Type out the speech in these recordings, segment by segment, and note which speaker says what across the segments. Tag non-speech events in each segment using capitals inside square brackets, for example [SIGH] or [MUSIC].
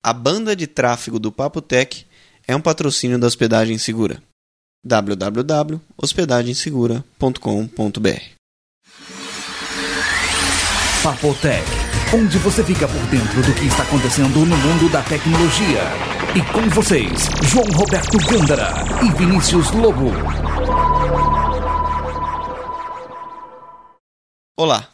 Speaker 1: A banda de tráfego do Papo Tech é um patrocínio da Hospedagem Segura. www.hospedagensegura.com.br
Speaker 2: Papotec, onde você fica por dentro do que está acontecendo no mundo da tecnologia. E com vocês, João Roberto Gândara e Vinícius Lobo.
Speaker 1: Olá,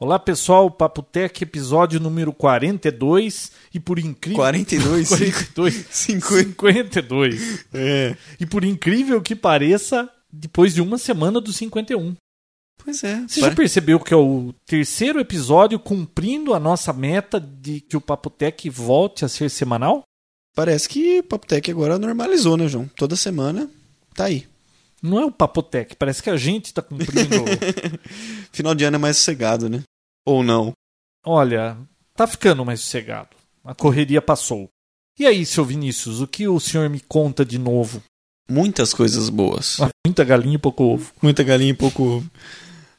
Speaker 3: Olá pessoal, Papo Tech, episódio número 42 e por incrível
Speaker 1: [LAUGHS] 42,
Speaker 3: [LAUGHS] 42
Speaker 1: 50.
Speaker 3: 52.
Speaker 1: É.
Speaker 3: E por incrível que pareça, depois de uma semana do 51.
Speaker 1: Pois é.
Speaker 3: Você
Speaker 1: pare-
Speaker 3: já percebeu que é o terceiro episódio cumprindo a nossa meta de que o Papo Tech volte a ser semanal?
Speaker 1: Parece que o Papo Tech agora normalizou, né, João? Toda semana tá aí.
Speaker 3: Não é o Papo Tech, parece que a gente está cumprindo.
Speaker 1: Final de ano é mais sossegado, né? Ou não.
Speaker 3: Olha, tá ficando mais sossegado. A correria passou. E aí, seu Vinícius, o que o senhor me conta de novo?
Speaker 1: Muitas coisas boas.
Speaker 3: Ah, Muita galinha e pouco ovo.
Speaker 1: Muita galinha e pouco ovo.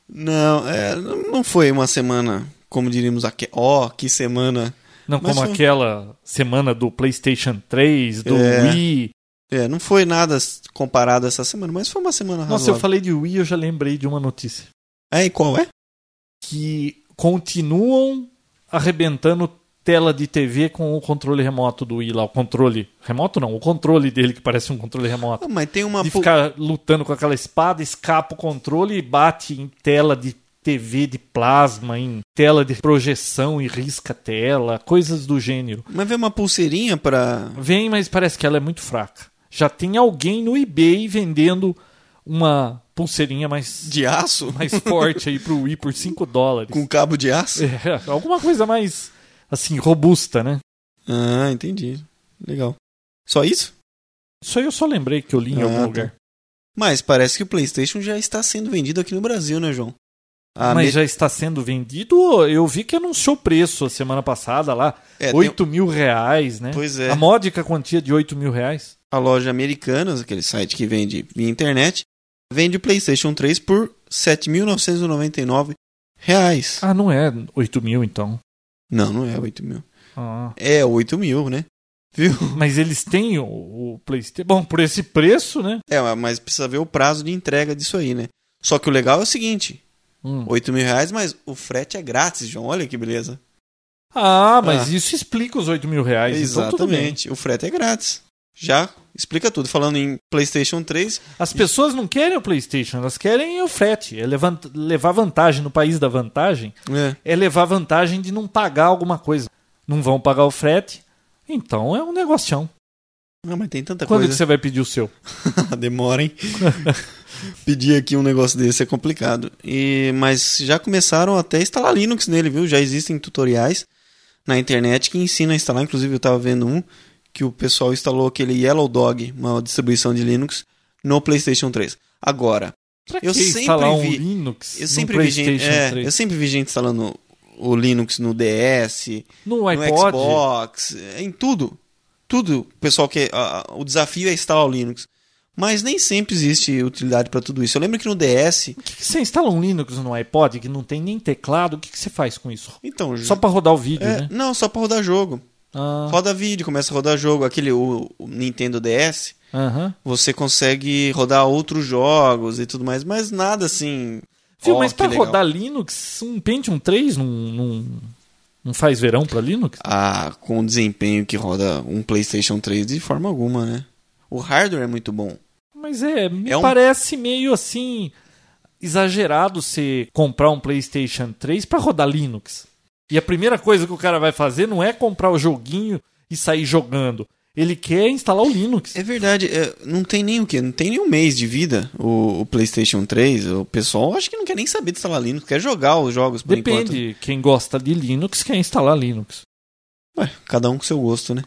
Speaker 1: Não, é, não foi uma semana, como diríamos aqui. Ó, que semana.
Speaker 3: Não
Speaker 1: Mas
Speaker 3: como
Speaker 1: foi-
Speaker 3: aquela semana do PlayStation 3, do
Speaker 1: É.
Speaker 3: Wii.
Speaker 1: É, não foi nada s- comparado essa semana, mas foi uma semana
Speaker 3: Nossa, eu
Speaker 1: razoável.
Speaker 3: falei de Wii, eu já lembrei de uma notícia.
Speaker 1: É, e qual é?
Speaker 3: Que continuam arrebentando tela de TV com o controle remoto do Wii lá. O controle. Remoto não, o controle dele que parece um controle remoto.
Speaker 1: Ah, mas tem uma...
Speaker 3: de
Speaker 1: pu-
Speaker 3: ficar lutando com aquela espada, escapa o controle e bate em tela de TV de plasma, em tela de projeção e risca a tela, coisas do gênero.
Speaker 1: Mas vem uma pulseirinha pra...
Speaker 3: Vem, mas parece que ela é muito fraca. Já tem alguém no eBay vendendo uma pulseirinha mais,
Speaker 1: De aço? [LAUGHS]
Speaker 3: mais forte aí pro Wii por 5 dólares.
Speaker 1: Com um cabo de aço?
Speaker 3: É, alguma coisa mais, assim, robusta, né?
Speaker 1: Ah, entendi. Legal. Só isso?
Speaker 3: Isso aí eu só lembrei que eu li em
Speaker 1: Ah,
Speaker 3: algum
Speaker 1: tá.
Speaker 3: lugar.
Speaker 1: Mas parece que o PlayStation já está sendo vendido aqui no Brasil, né, João? A
Speaker 3: mas
Speaker 1: me-
Speaker 3: já está sendo vendido, eu vi que anunciou o preço a semana passada lá.
Speaker 1: É, tem-
Speaker 3: 8 mil reais, né?
Speaker 1: Pois é.
Speaker 3: A módica quantia de 8 mil reais.
Speaker 1: a loja Americanas, aquele site que vende via internet, vende o PlayStation 3 por R$ 7.999. Reais.
Speaker 3: Ah, não é 8 mil então.
Speaker 1: Não, não é 8 mil.
Speaker 3: Ah.
Speaker 1: É 8 mil, né? Viu? [LAUGHS]
Speaker 3: Mas eles têm o, o PlayStation. Bom, por esse preço, né?
Speaker 1: É, mas precisa ver o prazo de entrega disso aí, né? Só que o legal é o seguinte:
Speaker 3: Hum.
Speaker 1: 8 mil reais, mas o frete é grátis, João. Olha que beleza.
Speaker 3: Ah, mas
Speaker 1: Ah.
Speaker 3: isso explica os 8 mil reais. Então tudo bem.
Speaker 1: Exatamente. o frete é grátis. Já explica tudo. Falando em PlayStation 3,
Speaker 3: As pessoas não querem o PlayStation, elas querem o frete. É levant- levar vantagem no país da vantagem.
Speaker 1: é,
Speaker 3: É levar vantagem de não pagar alguma coisa. Não vão pagar o frete. Então é um negocião.
Speaker 1: Ah, mas tem tanta
Speaker 3: Quando que
Speaker 1: coisa.
Speaker 3: você vai pedir o seu?
Speaker 1: [LAUGHS] Demora, hein? Pedir aqui um negócio desse é complicado. E, mas já começaram até a instalar Linux nele, viu? Já existem tutoriais na internet que ensinam a instalar. Inclusive, eu estava vendo um que o pessoal instalou aquele Yellow Dog, uma distribuição de Linux, no PlayStation 3. Agora,
Speaker 3: Pra
Speaker 1: Eu
Speaker 3: que
Speaker 1: sempre
Speaker 3: instalar um
Speaker 1: vi-
Speaker 3: Linux
Speaker 1: eu
Speaker 3: no
Speaker 1: sempre, vi
Speaker 3: PlayStation
Speaker 1: gente, é,
Speaker 3: 3?
Speaker 1: eu sempre vi gente instalando o Linux no DS,
Speaker 3: No
Speaker 1: no
Speaker 3: iPod?
Speaker 1: Xbox, é, em tudo. Tudo, o pessoal que o desafio é instalar o Linux. Mas nem sempre existe utilidade para tudo isso. Eu lembro que no DS,
Speaker 3: Por que, que você instala um Linux no iPod que não tem nem teclado? O que, que você faz com isso?
Speaker 1: então,
Speaker 3: Só pra rodar o vídeo,
Speaker 1: é,
Speaker 3: né?
Speaker 1: não, só para rodar jogo.
Speaker 3: Ah,
Speaker 1: Roda vídeo, começa a rodar jogo, aquele o, o Nintendo DS,
Speaker 3: aham.
Speaker 1: você consegue rodar outros jogos e tudo mais, mas nada assim.
Speaker 3: Viu,
Speaker 1: ó,
Speaker 3: mas
Speaker 1: que
Speaker 3: pra
Speaker 1: legal.
Speaker 3: rodar Linux, um Pentium 3 não, não, não faz verão pra Linux?
Speaker 1: Ah, com o desempenho que roda um PlayStation 3 de forma alguma, né? O hardware é muito bom.
Speaker 3: Mas é, me
Speaker 1: É um-
Speaker 3: parece meio assim exagerado você comprar um PlayStation 3 pra rodar Linux. E a primeira coisa que o cara vai fazer não é comprar o joguinho e sair jogando. Ele quer instalar o Linux.
Speaker 1: É verdade, é, não tem nem o quê? Não tem nem um mês de vida o, o PlayStation 3. O pessoal acho que não quer nem saber de instalar Linux, quer jogar os jogos por enquanto.
Speaker 3: Depende. Quem gosta de Linux quer instalar Linux.
Speaker 1: Ué, cada um com seu gosto, né?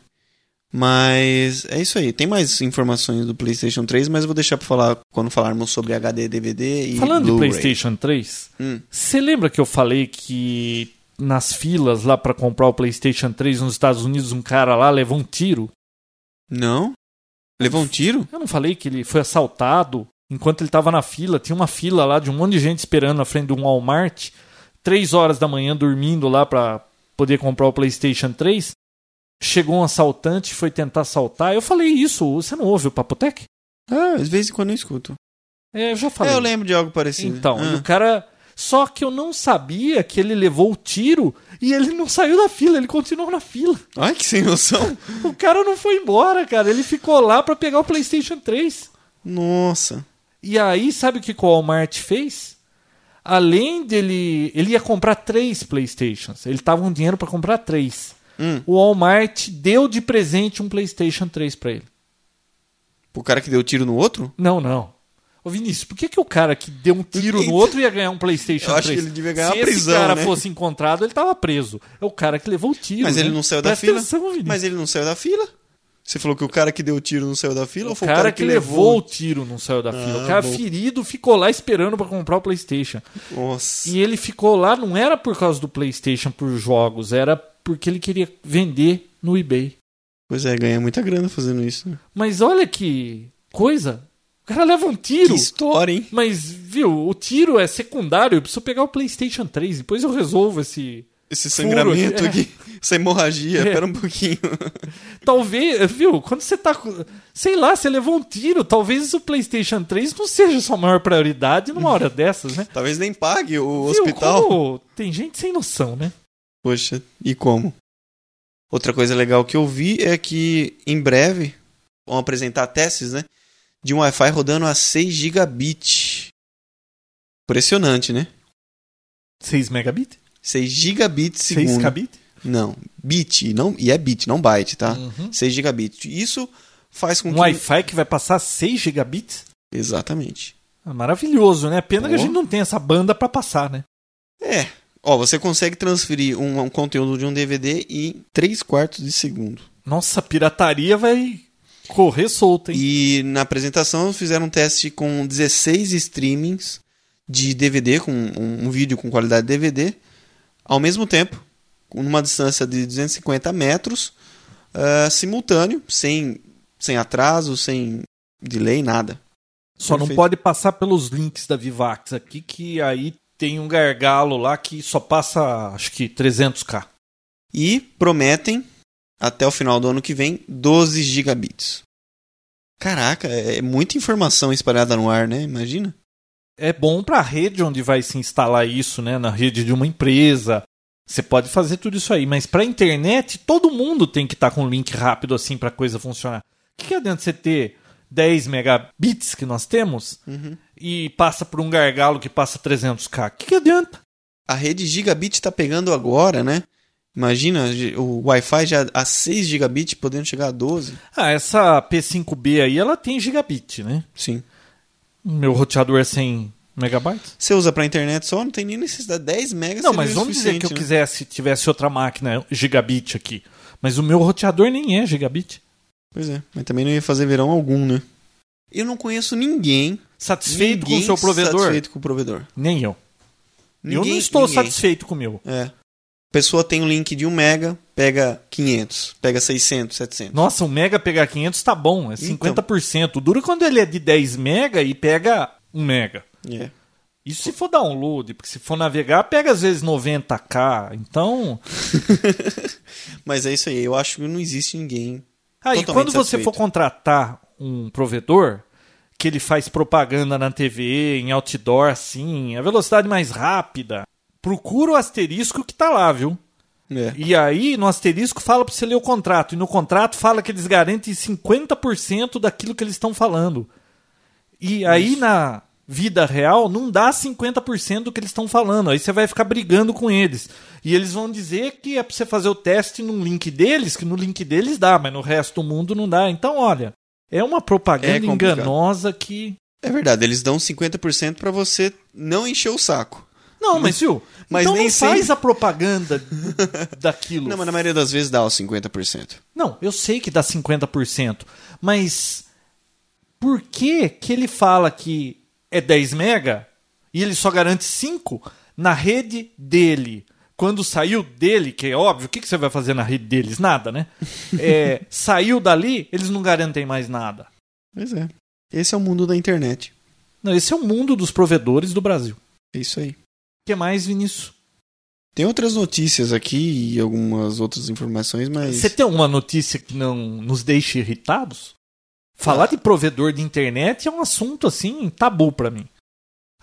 Speaker 1: Mas é isso aí. Tem mais informações do PlayStation 3, mas eu vou deixar pra falar quando falarmos sobre HD, DVD e
Speaker 3: Falando de
Speaker 1: Blu-ray.
Speaker 3: PlayStation 3,
Speaker 1: Hum.
Speaker 3: Você lembra que eu falei que nas filas lá pra comprar o PlayStation 3 nos Estados Unidos, um cara lá levou um tiro?
Speaker 1: Não? Levou um tiro?
Speaker 3: Eu não falei que ele foi assaltado enquanto ele tava na fila? Tinha uma fila lá de um monte de gente esperando na frente de um Walmart, três horas da manhã dormindo lá pra poder comprar o PlayStation 3. chegou um assaltante, foi tentar assaltar. Eu falei isso, você não ouve o Papotec?
Speaker 1: Ah, de vez em quando eu escuto.
Speaker 3: É, eu já falei.
Speaker 1: É, eu lembro de algo parecido.
Speaker 3: Então,
Speaker 1: Ah.
Speaker 3: e o cara. Só que eu não sabia que ele levou o tiro e ele não saiu da fila, ele continuou na fila.
Speaker 1: Ai, que sem noção.
Speaker 3: O cara não foi embora, cara. Ele ficou lá pra pegar o PlayStation 3.
Speaker 1: Nossa.
Speaker 3: E aí, sabe o que o Walmart fez? Além dele. Ele ia comprar três PlayStations. Ele tava com dinheiro pra comprar três.
Speaker 1: Hum,
Speaker 3: O Walmart deu de presente um PlayStation 3 pra ele.
Speaker 1: pro cara que deu tiro no outro?
Speaker 3: Não, não. Ô Vinícius, por que, que o cara que deu um tiro no outro ia ganhar um PlayStation 3?
Speaker 1: Eu acho que ele devia ganhar
Speaker 3: Se
Speaker 1: uma prisão,
Speaker 3: Se esse cara
Speaker 1: né?
Speaker 3: fosse encontrado, ele tava preso. É o cara que levou o tiro.
Speaker 1: Mas ele
Speaker 3: né?
Speaker 1: não saiu da
Speaker 3: Presta
Speaker 1: fila.
Speaker 3: Atenção, Vinícius.
Speaker 1: Mas ele não saiu da fila? Você falou que o cara que deu o tiro não saiu da fila ou
Speaker 3: o
Speaker 1: foi
Speaker 3: cara, que, levou o tiro não saiu da fila. O cara
Speaker 1: Ah, é bom.
Speaker 3: ferido ficou lá esperando pra comprar o PlayStation.
Speaker 1: Nossa.
Speaker 3: E ele ficou lá, não era por causa do PlayStation por jogos, era porque ele queria vender no eBay.
Speaker 1: Pois é, ganha muita grana fazendo isso. né?
Speaker 3: Mas olha que coisa. O cara leva um
Speaker 1: Que
Speaker 3: tiro.
Speaker 1: história, hein?
Speaker 3: Mas, viu, o tiro é secundário. Eu preciso pegar o PlayStation 3. Depois eu resolvo esse.
Speaker 1: Esse
Speaker 3: Furo
Speaker 1: sangramento
Speaker 3: aqui,
Speaker 1: aqui, [LAUGHS] essa hemorragia,
Speaker 3: É.
Speaker 1: pera um pouquinho. [LAUGHS]
Speaker 3: Talvez, viu, quando você tá. com- Sei lá, você levou um tiro. Talvez o PlayStation 3 não seja a sua maior prioridade
Speaker 1: [LAUGHS]
Speaker 3: numa hora dessas, né?
Speaker 1: Talvez nem pague o
Speaker 3: Viu,
Speaker 1: hospital.
Speaker 3: como Tem gente sem noção, né?
Speaker 1: Poxa, e como? Outra coisa legal que eu vi é que em breve vão apresentar testes, né? De um Wi-Fi rodando a 6 gigabit. Impressionante, né?
Speaker 3: 6 megabit?
Speaker 1: 6 gigabit segundo.
Speaker 3: 6 cabit?
Speaker 1: Não, bit, não, e é bit, não byte, tá?
Speaker 3: Uhum.
Speaker 1: 6 gigabit. Isso faz com
Speaker 3: Um
Speaker 1: que
Speaker 3: Wi-Fi que vai passar 6 gigabits?
Speaker 1: Exatamente.
Speaker 3: Ah, maravilhoso, né? Pena que a
Speaker 1: Pô.
Speaker 3: gente não tem essa banda pra passar, né?
Speaker 1: É. Ó, você consegue transferir um, um conteúdo de um DVD em 3 quartos de segundo.
Speaker 3: Nossa, a pirataria vai correr solta, hein?
Speaker 1: E na apresentação fizeram um teste com 16 streamings de DVD, com um, um vídeo com qualidade DVD, ao mesmo tempo, com uma distância de 250 metros, ah, simultâneo, sem, sem atraso, sem delay, nada.
Speaker 3: Só não
Speaker 1: perfeito.
Speaker 3: pode passar pelos links da Vivax aqui, que aí tem um gargalo lá que só passa, acho que, 300k.
Speaker 1: E prometem, até o final do ano que vem, 12 gigabits. Caraca, é é muita informação espalhada no ar, né? Imagina.
Speaker 3: É bom pra rede onde vai se instalar isso, né? Na rede de uma empresa. Você pode fazer tudo isso aí, mas pra internet todo mundo tem que estar com um link rápido assim pra coisa funcionar. O que, que adianta você ter 10 megabits que nós temos e passa por um gargalo que passa 300k? O que, que adianta?
Speaker 1: A rede gigabit está pegando agora, né? Imagina gi- o Wi-Fi já a 6 gigabit, podendo chegar a 12.
Speaker 3: Ah, essa P5B aí ela tem gigabit, né?
Speaker 1: Sim.
Speaker 3: Meu roteador é 100 megabytes.
Speaker 1: Você usa para internet só, não tem nem necessidade. 10 megas
Speaker 3: Não,
Speaker 1: seria
Speaker 3: mas
Speaker 1: o
Speaker 3: vamos dizer que eu
Speaker 1: suficiente, né?
Speaker 3: quisesse tivesse outra máquina gigabit aqui. Mas o meu roteador nem é gigabit.
Speaker 1: Pois é, mas também não ia fazer verão algum, né? Eu não conheço ninguém,
Speaker 3: Satisfeito
Speaker 1: ninguém
Speaker 3: com o seu provedor?
Speaker 1: satisfeito com o provedor.
Speaker 3: Nem eu. eu
Speaker 1: Ninguém-
Speaker 3: não estou
Speaker 1: ninguém.
Speaker 3: satisfeito com o meu.
Speaker 1: É. Pessoa tem um link de 1 mega, pega 500, pega 600, 700.
Speaker 3: Nossa, um mega pegar 500 tá bom, é
Speaker 1: Então.
Speaker 3: 50%. Dura quando ele é de 10 mega e pega 1 mega.
Speaker 1: É.
Speaker 3: Isso se for download, porque se for navegar, pega às vezes 90k. Então,
Speaker 1: Mas é isso aí, eu acho que não existe ninguém.
Speaker 3: Aí,
Speaker 1: Totalmente
Speaker 3: Ah, quando você
Speaker 1: satisfeito.
Speaker 3: for contratar um provedor, que ele faz propaganda na TV, em outdoor, assim, a velocidade mais rápida, procura o asterisco que tá lá, viu?
Speaker 1: É.
Speaker 3: E aí, no asterisco, fala pra você ler o contrato. E no contrato fala que eles garantem 50% daquilo que eles estão falando. E aí, na vida real, não dá 50% do que eles estão falando. Aí você vai ficar brigando com eles. E eles vão dizer que é pra você fazer o teste num link deles, que no link deles dá, mas no resto do mundo não dá. Então, olha, é uma
Speaker 1: É
Speaker 3: propaganda
Speaker 1: complicado.
Speaker 3: enganosa que.
Speaker 1: É verdade, eles dão 50% pra você não encher o saco.
Speaker 3: Não, mas viu?
Speaker 1: Mas
Speaker 3: então
Speaker 1: nem
Speaker 3: não faz
Speaker 1: sempre-
Speaker 3: a
Speaker 1: [LAUGHS]
Speaker 3: propaganda daquilo.
Speaker 1: Não, mas na maioria das vezes dá os 50%.
Speaker 3: Não, eu sei que dá 50%, mas por que que ele fala que é 10 mega e ele só garante 5 na rede dele? Quando saiu dele, que é óbvio, o que, que você vai fazer na rede deles? Nada, né? É, saiu dali, eles não garantem mais nada.
Speaker 1: Pois é. Esse é o mundo da internet.
Speaker 3: Não, esse é o mundo dos provedores do Brasil.
Speaker 1: É isso aí.
Speaker 3: O que mais, Vinícius?
Speaker 1: Tem outras notícias aqui e algumas outras informações, mas.
Speaker 3: Você tem alguma notícia que não nos deixe irritados? Falar de provedor de internet é um assunto assim tabu pra mim.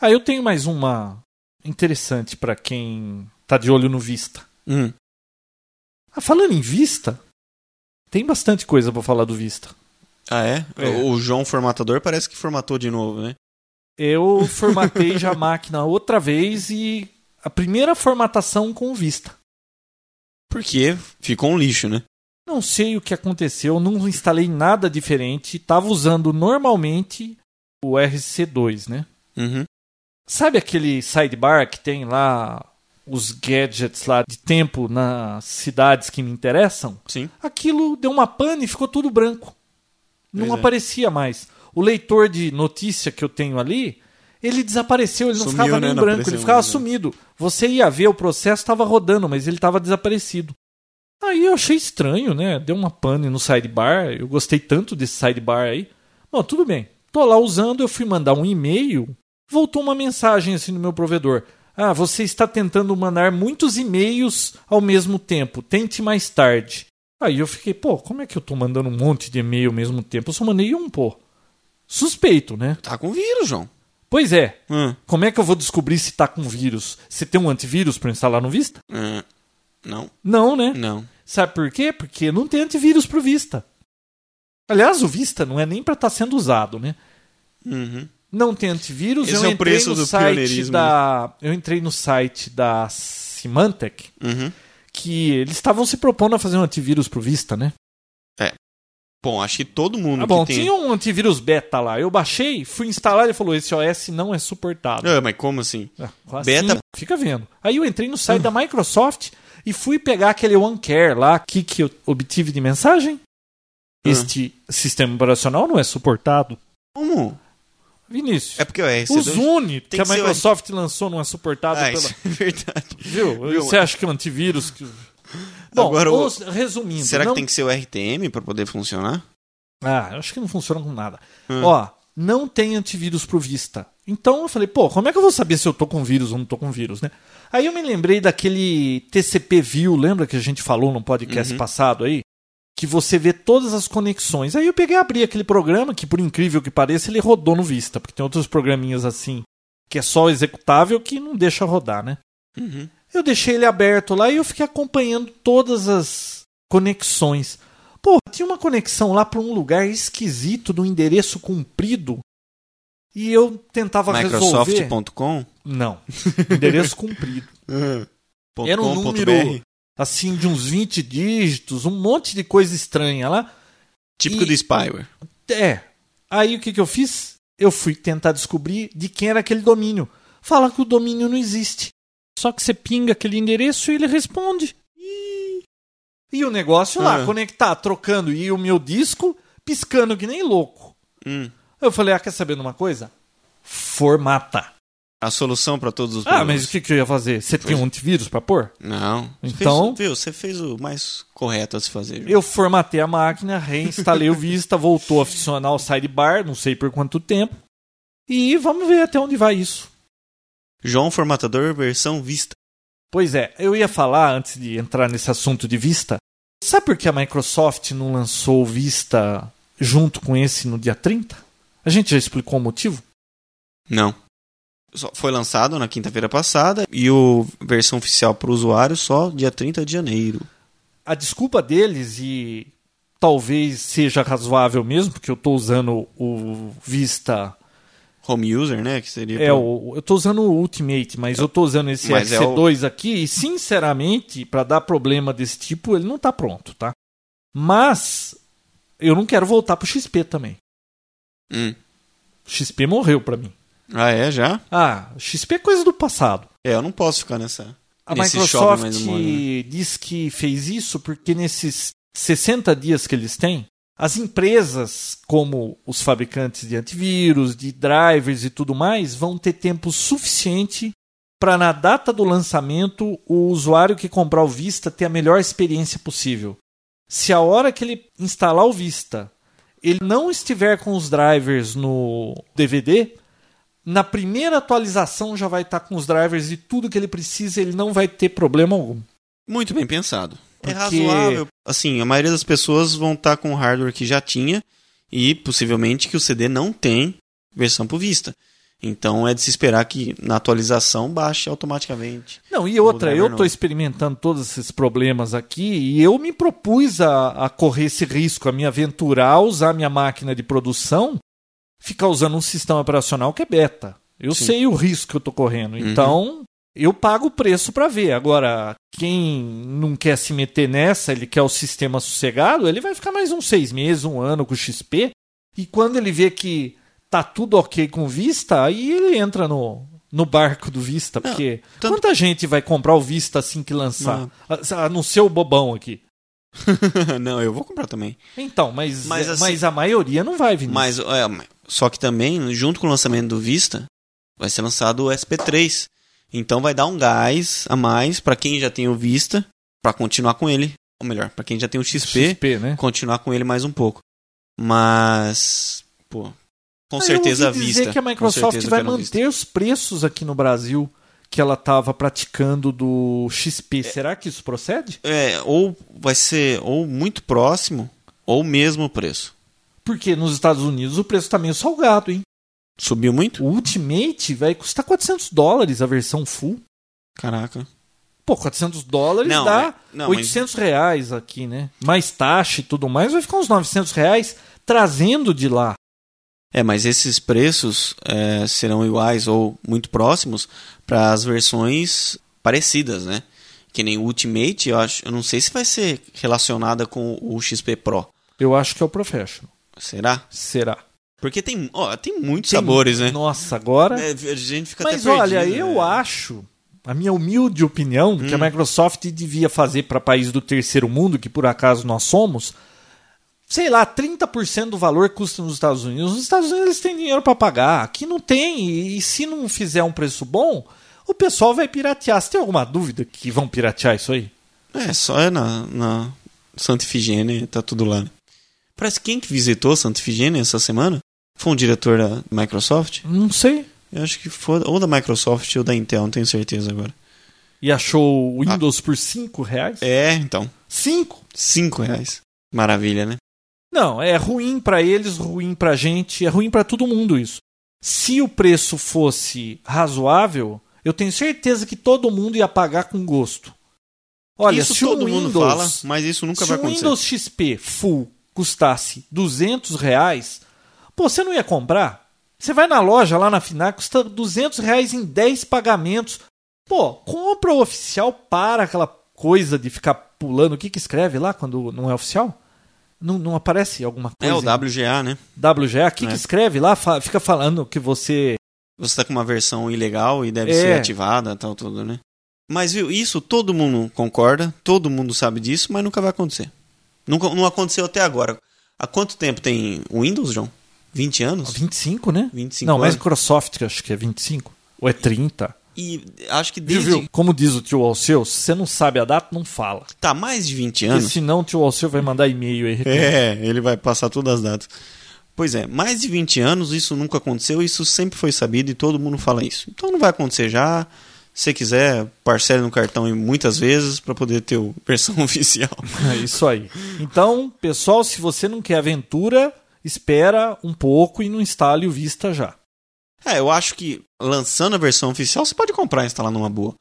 Speaker 3: Ah, eu tenho mais uma interessante pra quem tá de olho no Vista.
Speaker 1: Hum,
Speaker 3: Ah, falando em Vista, tem bastante coisa pra falar do Vista.
Speaker 1: Ah, é?
Speaker 3: É.
Speaker 1: O o João Formatador parece que formatou de novo, né?
Speaker 3: Eu formatei já a máquina outra vez e a primeira formatação com o Vista.
Speaker 1: Porque ficou um lixo, né?
Speaker 3: Não sei o que aconteceu, não instalei nada diferente, tava usando normalmente o RC2, né?
Speaker 1: Uhum.
Speaker 3: Sabe aquele sidebar que tem lá os gadgets lá de tempo nas cidades que me interessam?
Speaker 1: Sim.
Speaker 3: Aquilo deu uma pane e ficou tudo branco. Não
Speaker 1: Pois é.
Speaker 3: aparecia mais. O leitor de notícia que eu tenho ali, ele desapareceu, ele não
Speaker 1: Sumiu,
Speaker 3: ficava
Speaker 1: né?
Speaker 3: nem
Speaker 1: Não
Speaker 3: branco, ele
Speaker 1: apareceu
Speaker 3: ficava
Speaker 1: mais, né?
Speaker 3: sumido. Você ia ver o processo, estava rodando, mas ele estava desaparecido. Aí eu achei estranho, né? Deu uma pane no sidebar. Eu gostei tanto desse sidebar aí. Bom, tudo bem. Tô lá usando, eu fui mandar um e-mail, voltou uma mensagem assim no meu provedor. Ah, você está tentando mandar muitos e-mails ao mesmo tempo. Tente mais tarde. Aí eu fiquei, pô, como é que eu tô mandando um monte de e-mail ao mesmo tempo? Eu só mandei um, pô. Suspeito, né?
Speaker 1: Tá com vírus, João.
Speaker 3: Pois é.
Speaker 1: Hum.
Speaker 3: Como é que eu vou descobrir se tá com vírus? Você tem um antivírus para instalar no Vista?
Speaker 1: Hum. Não,
Speaker 3: Não, né?
Speaker 1: não.
Speaker 3: Sabe por quê? Porque não tem antivírus pro Vista. Aliás, o Vista não é nem para estar sendo usado, né?
Speaker 1: Uhum.
Speaker 3: Não tem antivírus.
Speaker 1: Esse
Speaker 3: eu
Speaker 1: é o
Speaker 3: entrei
Speaker 1: preço
Speaker 3: no
Speaker 1: do
Speaker 3: site
Speaker 1: pioneirismo, né?
Speaker 3: da, eu entrei no site da Symantec
Speaker 1: Uhum.
Speaker 3: que eles estavam se propondo a fazer um antivírus pro Vista, né?
Speaker 1: Bom, acho que todo mundo
Speaker 3: Ah, bom,
Speaker 1: Hum, que tem.
Speaker 3: tinha um antivírus beta lá. Eu baixei, fui instalar e falou: esse OS não é suportado.
Speaker 1: Ah, mas como assim?
Speaker 3: Ah, assim,
Speaker 1: beta?
Speaker 3: Fica vendo. Aí eu entrei no site da Microsoft e fui pegar aquele OneCare lá, que que eu obtive de mensagem.
Speaker 1: Hum.
Speaker 3: Este sistema operacional não é suportado.
Speaker 1: Como?
Speaker 3: Vinícius,
Speaker 1: É porque o RC2.
Speaker 3: o Zune que,
Speaker 1: que
Speaker 3: a
Speaker 1: ser o-
Speaker 3: Microsoft lançou não é suportado
Speaker 1: Ah,
Speaker 3: um pela...
Speaker 1: isso é verdade.
Speaker 3: Viu?
Speaker 1: Viu?
Speaker 3: Você acha que é um
Speaker 1: [LAUGHS]
Speaker 3: antivírus... que- Bom,
Speaker 1: Agora, o-
Speaker 3: os- resumindo...
Speaker 1: Será
Speaker 3: não...
Speaker 1: que tem que ser o RTM pra poder funcionar?
Speaker 3: Ah, eu acho que não funciona com nada.
Speaker 1: Hum.
Speaker 3: Ó, não tem antivírus pro Vista. Então eu falei, pô, como é que eu vou saber se eu tô com vírus ou não tô com vírus, né? Aí eu me lembrei daquele TCP View, lembra que a gente falou no podcast passado aí? Que você vê todas as conexões. Aí eu peguei e abri aquele programa, que por incrível que pareça, ele rodou no Vista, porque tem outros programinhas assim, que é só executável que não deixa rodar, né?
Speaker 1: Uhum.
Speaker 3: Eu deixei ele aberto lá e eu fiquei acompanhando todas as conexões. Pô, tinha uma conexão lá para um lugar esquisito, de um endereço comprido. E eu tentava resolver.
Speaker 1: Microsoft.com?
Speaker 3: Não. Endereço comprido. Era um
Speaker 1: .com.br?
Speaker 3: número assim de uns 20 dígitos, um monte de coisa estranha lá.
Speaker 1: Típico
Speaker 3: e-
Speaker 1: do Spyware.
Speaker 3: É. Aí o que, que eu fiz? Eu fui tentar descobrir de quem era aquele domínio. Fala que o domínio não existe. Só que você pinga aquele endereço e ele responde. Ih. E o negócio lá,
Speaker 1: Ah.
Speaker 3: conectar, trocando, e o meu disco piscando que nem louco.
Speaker 1: Hum.
Speaker 3: Eu falei, ah, quer saber de uma coisa? Formata.
Speaker 1: A solução pra todos os
Speaker 3: Ah,
Speaker 1: problemas.
Speaker 3: mas o que, que eu ia fazer? Você tem um antivírus pra pôr?
Speaker 1: Não. Você fez-
Speaker 3: Então-
Speaker 1: viu, você fez o mais correto a se fazer. João.
Speaker 3: Eu formatei a máquina, reinstalei o Vista, voltou a funcionar o sidebar, não sei por quanto tempo. E vamos ver até onde vai isso.
Speaker 1: João Formatador, versão vista.
Speaker 3: Pois é, eu ia falar antes de entrar nesse assunto de Vista. Sabe por que a Microsoft não lançou o Vista junto com esse no dia 30? A gente já explicou o motivo?
Speaker 1: Não. Só foi lançado na quinta-feira passada e o versão oficial para o usuário só dia 30 de janeiro.
Speaker 3: A desculpa deles, e talvez seja razoável mesmo, porque eu estou usando o Vista.
Speaker 1: Home user, né? Que seria.
Speaker 3: É,
Speaker 1: pra-
Speaker 3: o, eu estou usando o Ultimate, mas eu estou usando esse
Speaker 1: Mas é o-
Speaker 3: RC2 aqui, e sinceramente, para dar problema desse tipo, ele não está pronto, tá? Mas eu não quero voltar pro XP também.
Speaker 1: Hum.
Speaker 3: XP morreu para mim.
Speaker 1: Ah, é? Já?
Speaker 3: Ah, XP é coisa do passado.
Speaker 1: É, eu não posso ficar nessa.
Speaker 3: A
Speaker 1: nesse
Speaker 3: Microsoft
Speaker 1: shopping mais uma hora, né?
Speaker 3: diz que fez isso porque nesses 60 dias que eles têm, as empresas, como os fabricantes de antivírus, de drivers e tudo mais, vão ter tempo suficiente para, na data do lançamento, o usuário que comprar o Vista ter a melhor experiência possível. Se a hora que ele instalar o Vista ele não estiver com os drivers no DVD, Na primeira atualização já vai estar com os drivers e tudo que ele precisa, ele não vai ter problema algum.
Speaker 1: Muito bem pensado.
Speaker 3: Porque-
Speaker 1: É razoável. Assim, a maioria das pessoas vão estar com o hardware que já tinha e possivelmente que o CD não tem versão pro Vista. Então é de se esperar que na atualização baixe
Speaker 3: [LAUGHS]
Speaker 1: automaticamente.
Speaker 3: Não, e outra,
Speaker 1: driver
Speaker 3: eu
Speaker 1: não.
Speaker 3: estou experimentando todos esses problemas aqui e eu me propus a, a correr esse risco, a me aventurar, a usar minha máquina de produção, ficar usando um sistema operacional que é beta. Eu
Speaker 1: Sim. Uhum.
Speaker 3: sei o risco que eu estou correndo, então eu pago o preço para ver. Agora, quem não quer se meter nessa, ele quer o sistema sossegado, ele vai ficar mais uns seis meses, um ano com XP, e quando ele vê que tá tudo ok com Vista, aí ele entra no, no barco do Vista,
Speaker 1: Não,
Speaker 3: porque
Speaker 1: tanto-
Speaker 3: quanta gente vai comprar o Vista assim que lançar?
Speaker 1: Não.
Speaker 3: A, a não ser o bobão aqui.
Speaker 1: não, eu vou comprar também.
Speaker 3: Então, mas,
Speaker 1: Mas,
Speaker 3: é,
Speaker 1: assim-
Speaker 3: mas a maioria não vai, Vinícius.
Speaker 1: Mas é, mas- só que também, junto com o lançamento do Vista, vai ser lançado o SP3. Então vai dar um gás a mais para quem já tem o Vista, para continuar com ele. Ou melhor, para quem já tem o XP,
Speaker 3: né?
Speaker 1: continuar com ele mais um pouco. Mas, pô, com
Speaker 3: Ah,
Speaker 1: certeza
Speaker 3: eu
Speaker 1: à
Speaker 3: ouvi
Speaker 1: vista.
Speaker 3: dizer que a
Speaker 1: com
Speaker 3: Microsoft
Speaker 1: certeza
Speaker 3: vai
Speaker 1: pela vista.
Speaker 3: manter os preços aqui no Brasil que ela estava praticando do XP. Será que isso procede?
Speaker 1: É, ou vai ser ou muito próximo ou mesmo o preço.
Speaker 3: Porque nos Estados Unidos o preço está meio salgado, hein?
Speaker 1: Subiu muito?
Speaker 3: O Ultimate vai custar 400 dólares a versão full.
Speaker 1: Caraca.
Speaker 3: Pô, 400 dólares
Speaker 1: Não,
Speaker 3: dá
Speaker 1: é- não, mas-
Speaker 3: 800 reais aqui, né? Mais taxa e tudo mais, vai ficar uns 900 reais trazendo de lá.
Speaker 1: É, mas esses preços é, serão iguais ou muito próximos para as versões parecidas, né? Que nem o Ultimate, eu acho, eu não sei se vai ser relacionada com o XP Pro.
Speaker 3: Eu acho que é o Professional.
Speaker 1: Será?
Speaker 3: Será?
Speaker 1: Porque tem, ó, tem muitos sabores, né?
Speaker 3: Nossa, agora...
Speaker 1: É, a gente fica
Speaker 3: Mas
Speaker 1: até perdido,
Speaker 3: olha,
Speaker 1: né? Hum.
Speaker 3: eu acho, a minha humilde opinião, que a Microsoft devia fazer para países do terceiro mundo, que por acaso nós somos, sei lá, 30% do valor custa nos Estados Unidos. Nos Estados Unidos eles têm dinheiro para pagar, aqui não tem, e, e se não fizer um preço bom, o pessoal vai piratear. Você tem alguma dúvida que vão piratear isso aí?
Speaker 1: É, só é na, na Santa Ifigênia, tá tudo lá. né? Parece que quem que visitou Santa Ifigênia essa semana foi um diretor da Microsoft.
Speaker 3: Não sei.
Speaker 1: Eu acho que foi ou da Microsoft ou da Intel, não tenho certeza agora.
Speaker 3: E achou o Windows por 5 reais?
Speaker 1: Ah. É, então,
Speaker 3: 5?
Speaker 1: cinco reais. Maravilha, né?
Speaker 3: Não, é ruim pra eles, ruim pra gente, é ruim pra todo mundo isso. Se o preço fosse razoável, eu tenho certeza que todo mundo ia pagar com gosto. Olha,
Speaker 1: isso
Speaker 3: se
Speaker 1: todo
Speaker 3: um Windows,
Speaker 1: mundo fala, né? mas isso nunca
Speaker 3: se
Speaker 1: vai
Speaker 3: um
Speaker 1: acontecer.
Speaker 3: Windows XP full custasse 200 reais, pô, você não ia comprar? Você vai na loja lá na Finac, custa 200 reais em 10 pagamentos. Pô, compra o oficial para aquela coisa de ficar pulando. O que que escreve lá quando não é oficial? Não, não aparece alguma
Speaker 1: É
Speaker 3: coisa?
Speaker 1: o
Speaker 3: em
Speaker 1: WGA, né?
Speaker 3: WGA, o que, que
Speaker 1: É.
Speaker 3: escreve lá? Fa- Fica falando que você
Speaker 1: Você tá com uma versão ilegal e deve
Speaker 3: É.
Speaker 1: ser ativada, tal, tudo, né? Mas viu, isso todo mundo concorda, todo mundo sabe disso, mas nunca vai acontecer. Nunca, não aconteceu até agora. Há quanto tempo tem o Windows, João? 20 anos?
Speaker 3: 25, né?
Speaker 1: 25
Speaker 3: Não, mas
Speaker 1: anos.
Speaker 3: Microsoft que acho que é 25. Ou é 30.
Speaker 1: E acho que
Speaker 3: Viu,
Speaker 1: desde...
Speaker 3: viu? Como diz o tio Alceu, se você não sabe a data, não fala.
Speaker 1: Tá, mais de 20
Speaker 3: Porque
Speaker 1: anos.
Speaker 3: senão o tio Alceu vai mandar e-mail aí.
Speaker 1: É, ele vai passar todas as datas. Pois é, mais de 20 anos isso nunca aconteceu, isso sempre foi sabido e todo mundo fala isso. Então não vai acontecer já. Se você quiser, parcele no cartão em muitas vezes para poder ter a [LAUGHS] versão oficial.
Speaker 3: É [LAUGHS] isso aí. Então, pessoal, se você não quer aventura, espera um pouco e não instale o Vista já.
Speaker 1: É, eu acho que lançando a versão oficial você pode comprar e instalar numa boa.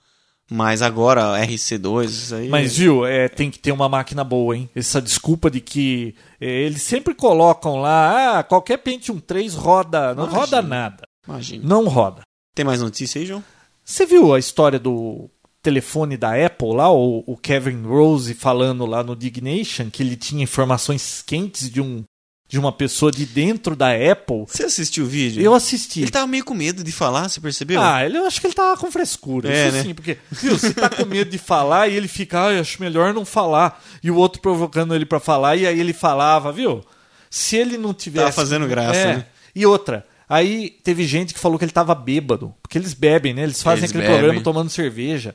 Speaker 1: Mas agora RC2, isso aí.
Speaker 3: Mas viu, é, tem que ter uma máquina boa, hein? Essa desculpa de que é, eles sempre colocam lá, ah, qualquer Pentium 3 roda, não
Speaker 1: Imagina.
Speaker 3: roda nada.
Speaker 1: Imagina.
Speaker 3: Não roda.
Speaker 1: Tem mais notícia aí, João?
Speaker 3: Você viu a história do telefone da Apple lá, o, o Kevin Rose falando lá no Dignation que ele tinha informações quentes de um de uma pessoa de dentro da Apple?
Speaker 1: Você assistiu o vídeo?
Speaker 3: Eu assisti.
Speaker 1: Ele tá tava meio com medo de falar, você percebeu?
Speaker 3: Ah, ele, eu acho que ele tava com frescura.
Speaker 1: É,
Speaker 3: isso
Speaker 1: né?
Speaker 3: sim, porque, viu, você tá com medo de falar e ele fica, ah, eu acho melhor não falar. E o outro provocando ele pra falar, e aí ele falava, viu? Se ele não tivesse.
Speaker 1: Tava fazendo graça,
Speaker 3: É.
Speaker 1: né?
Speaker 3: E outra, aí teve gente que falou que ele tava bêbado. Porque eles bebem, né? Eles fazem
Speaker 1: Eles
Speaker 3: aquele
Speaker 1: bebem.
Speaker 3: programa tomando cerveja.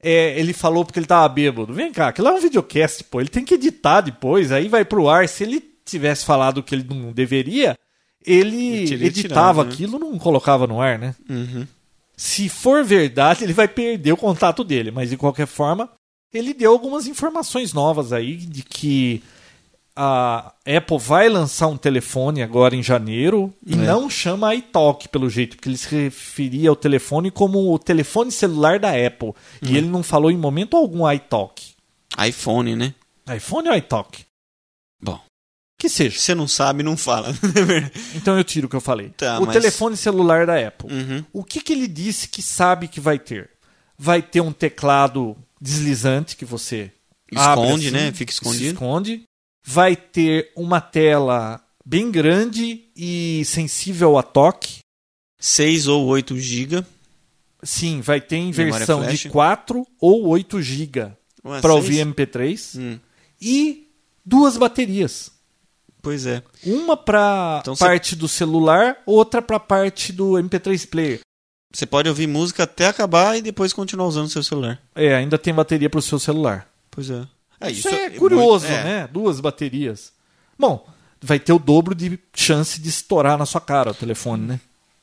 Speaker 3: É, ele falou porque ele tava bêbado. Vem cá, aquilo é um videocast, pô. Ele tem que editar depois, aí vai pro ar. Se ele tivesse falado o que ele não deveria, ele
Speaker 1: Ele tira-
Speaker 3: editava
Speaker 1: tirava, né?
Speaker 3: aquilo, não colocava no ar, né?
Speaker 1: Uhum.
Speaker 3: Se for verdade, ele vai perder o contato dele, mas de qualquer forma, ele deu algumas informações novas aí de que a Apple vai lançar um telefone agora em janeiro e
Speaker 1: É.
Speaker 3: não chama iTalk pelo jeito, porque ele se referia ao telefone como o telefone celular da Apple.
Speaker 1: Uhum.
Speaker 3: E ele não falou em momento algum iTalk.
Speaker 1: iPhone, né?
Speaker 3: iPhone ou iTalk?
Speaker 1: Bom.
Speaker 3: Que seja.
Speaker 1: Você não sabe, não fala. [LAUGHS] né?
Speaker 3: Então eu tiro o que eu falei.
Speaker 1: Tá,
Speaker 3: o
Speaker 1: mas-
Speaker 3: telefone celular da Apple.
Speaker 1: uhum.
Speaker 3: O que, que ele disse que sabe que vai ter? Vai ter um teclado deslizante que você abre
Speaker 1: Esconde,
Speaker 3: assim,
Speaker 1: né? Fica
Speaker 3: se
Speaker 1: escondido.
Speaker 3: esconde. Vai ter uma tela bem grande e sensível a toque.
Speaker 1: 6 ou 8 GB.
Speaker 3: Sim, vai ter em
Speaker 1: Memória
Speaker 3: versão
Speaker 1: flash. é
Speaker 3: de 4 ou 8 GB para ouvir MP3
Speaker 1: Hum,
Speaker 3: e duas baterias.
Speaker 1: pois é.
Speaker 3: Uma para
Speaker 1: Então você-
Speaker 3: parte do celular, outra para parte do MP3 player.
Speaker 1: Você pode ouvir música até acabar e depois continuar usando seu celular.
Speaker 3: É, ainda tem bateria para o seu celular.
Speaker 1: Pois é. Ah,
Speaker 3: Isso, é curioso,
Speaker 1: muito- é.
Speaker 3: né? Duas baterias. Bom, vai ter o dobro de chance de estourar na sua cara o telefone, né?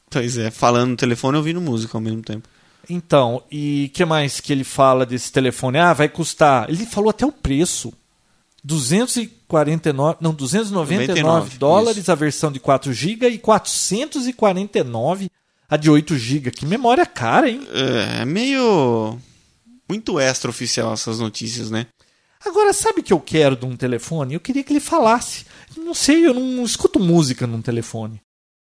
Speaker 1: Pois é. Falando no telefone e ouvindo música ao mesmo tempo.
Speaker 3: Então, e que mais que ele fala desse telefone? Ah, vai custar. Ele falou até o preço. 249, não, 299
Speaker 1: 99,
Speaker 3: dólares a versão de 4 GB e 449 a de 8 GB. Que memória cara, hein?
Speaker 1: É é meio. Muito extra oficial essas notícias, né?
Speaker 3: Agora, sabe o que eu quero de um telefone? Eu queria que ele falasse. Não sei, eu não escuto música num telefone.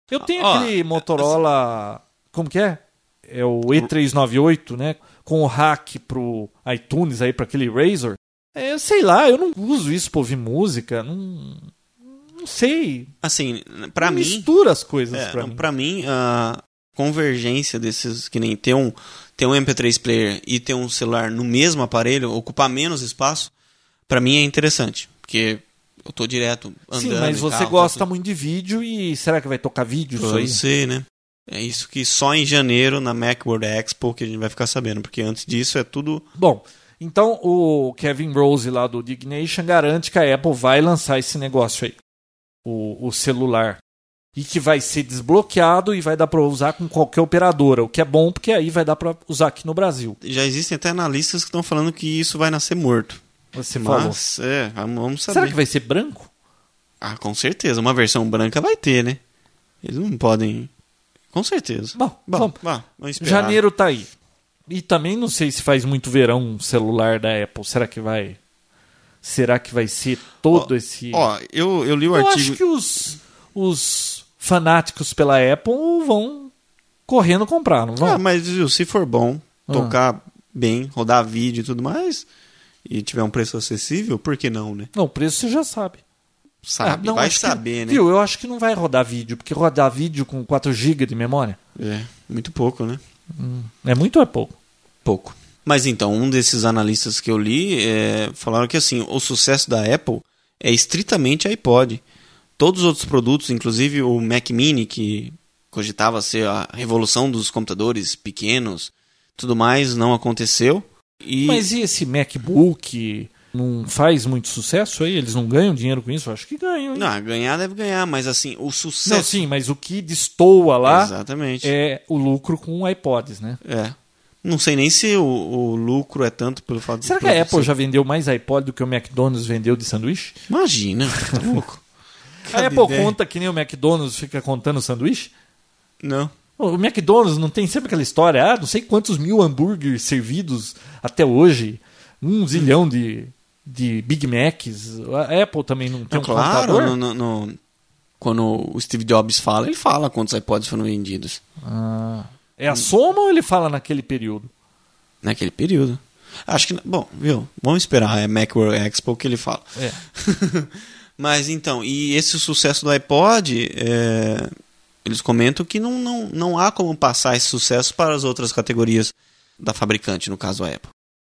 Speaker 3: Eu tenho
Speaker 1: Ó, é,
Speaker 3: aquele Motorola. Como que é? É o E398, né? Com o hack pro iTunes aí, pra aquele Razer. É, sei lá, eu não uso isso pra ouvir música. Não, não sei.
Speaker 1: Assim, pra
Speaker 3: Não
Speaker 1: mim.
Speaker 3: Mistura as coisas
Speaker 1: É,
Speaker 3: pra
Speaker 1: não,
Speaker 3: mim.
Speaker 1: pra mim, a convergência desses, que nem ter um, ter um MP3 player e ter um celular no mesmo aparelho, ocupar menos espaço, pra mim é interessante. Porque eu tô direto andando.
Speaker 3: Sim, mas
Speaker 1: e
Speaker 3: você
Speaker 1: tal,
Speaker 3: gosta
Speaker 1: tá
Speaker 3: muito de vídeo e será que vai tocar vídeo
Speaker 1: tudo-
Speaker 3: isso aí?
Speaker 1: Eu sei, né? É isso que só em janeiro, na Macworld Expo, que a gente vai ficar sabendo. Porque antes disso é tudo.
Speaker 3: Bom, então o Kevin Rose lá do Dignation garante que a Apple vai lançar esse negócio aí, o, o celular. E que vai ser desbloqueado e vai dar para usar com qualquer operadora, o que é bom porque aí vai dar para usar aqui no Brasil.
Speaker 1: Já existem até analistas que estão falando que isso vai nascer morto.
Speaker 3: Você falou.
Speaker 1: mas, é, vamos vamos saber.
Speaker 3: Será que vai ser branco?
Speaker 1: Ah, com certeza. Uma versão branca vai ter, né? Eles não podem. Com certeza.
Speaker 3: Bom, vamos.
Speaker 1: vá, vamos esperar.
Speaker 3: Janeiro tá aí. E também não sei se faz muito verão um celular da Apple. Será que vai Será que vai ser todo
Speaker 1: Ó,
Speaker 3: esse
Speaker 1: Ó, eu, eu li o
Speaker 3: Eu
Speaker 1: artigo.
Speaker 3: acho que os, os fanáticos pela Apple vão correndo comprar, não
Speaker 1: Ah,
Speaker 3: vão?
Speaker 1: mas viu, se for bom,
Speaker 3: Ah.
Speaker 1: tocar bem, rodar vídeo e tudo mais, e tiver um preço acessível, por que não, né?
Speaker 3: Não, o preço você já sabe.
Speaker 1: Sabe,
Speaker 3: Ah, não,
Speaker 1: Tá, vai
Speaker 3: acho que-
Speaker 1: saber, né?
Speaker 3: Viu, eu acho que não vai rodar vídeo, porque rodar vídeo com 4 GB de memória
Speaker 1: É, muito pouco, né?
Speaker 3: é muito ou é pouco?
Speaker 1: Pouco. Mas então, um desses analistas que eu li é, falaram que assim, o sucesso da Apple é estritamente iPod. Todos os outros produtos, inclusive o Mac Mini, que cogitava ser a revolução dos computadores pequenos, tudo mais, não aconteceu. E
Speaker 3: Mas e esse MacBook não faz muito sucesso aí? Eles não ganham dinheiro com isso? Eu acho que ganham. hein?
Speaker 1: não, ah, ganhar deve ganhar, mas assim, o
Speaker 3: Não,
Speaker 1: sucesso.
Speaker 3: sim, mas o que destoa lá
Speaker 1: Exatamente.
Speaker 3: é o lucro com iPods, né?
Speaker 1: É. Não sei nem se o, o lucro é tanto pelo fato de.
Speaker 3: Será que a Apple já vendeu mais iPod do que o McDonald's vendeu de sanduíche?
Speaker 1: Imagina, [LAUGHS] tá louco.
Speaker 3: A
Speaker 1: Cada
Speaker 3: Apple
Speaker 1: ideia.
Speaker 3: conta que nem o McDonald's fica contando sanduíche?
Speaker 1: Não.
Speaker 3: O McDonald's não tem sempre aquela história, ah, não sei quantos mil hambúrgueres servidos até hoje, um zilhão de, de Big Macs. A Apple também não tem
Speaker 1: Não,
Speaker 3: um
Speaker 1: Ah, claro, no-
Speaker 3: contador.
Speaker 1: no- no- quando o Steve Jobs fala, ele fala quantos iPods foram vendidos
Speaker 3: Ah, é a soma ou ele fala naquele período?
Speaker 1: naquele né, período. Acho que, bom, viu? Vamos esperar, é Macworld Expo que ele fala. [LAUGHS]
Speaker 3: É.
Speaker 1: Mas então, e esse sucesso do iPod, é, eles comentam que não, não, não há como passar esse sucesso para as outras categorias da fabricante, no caso a Apple.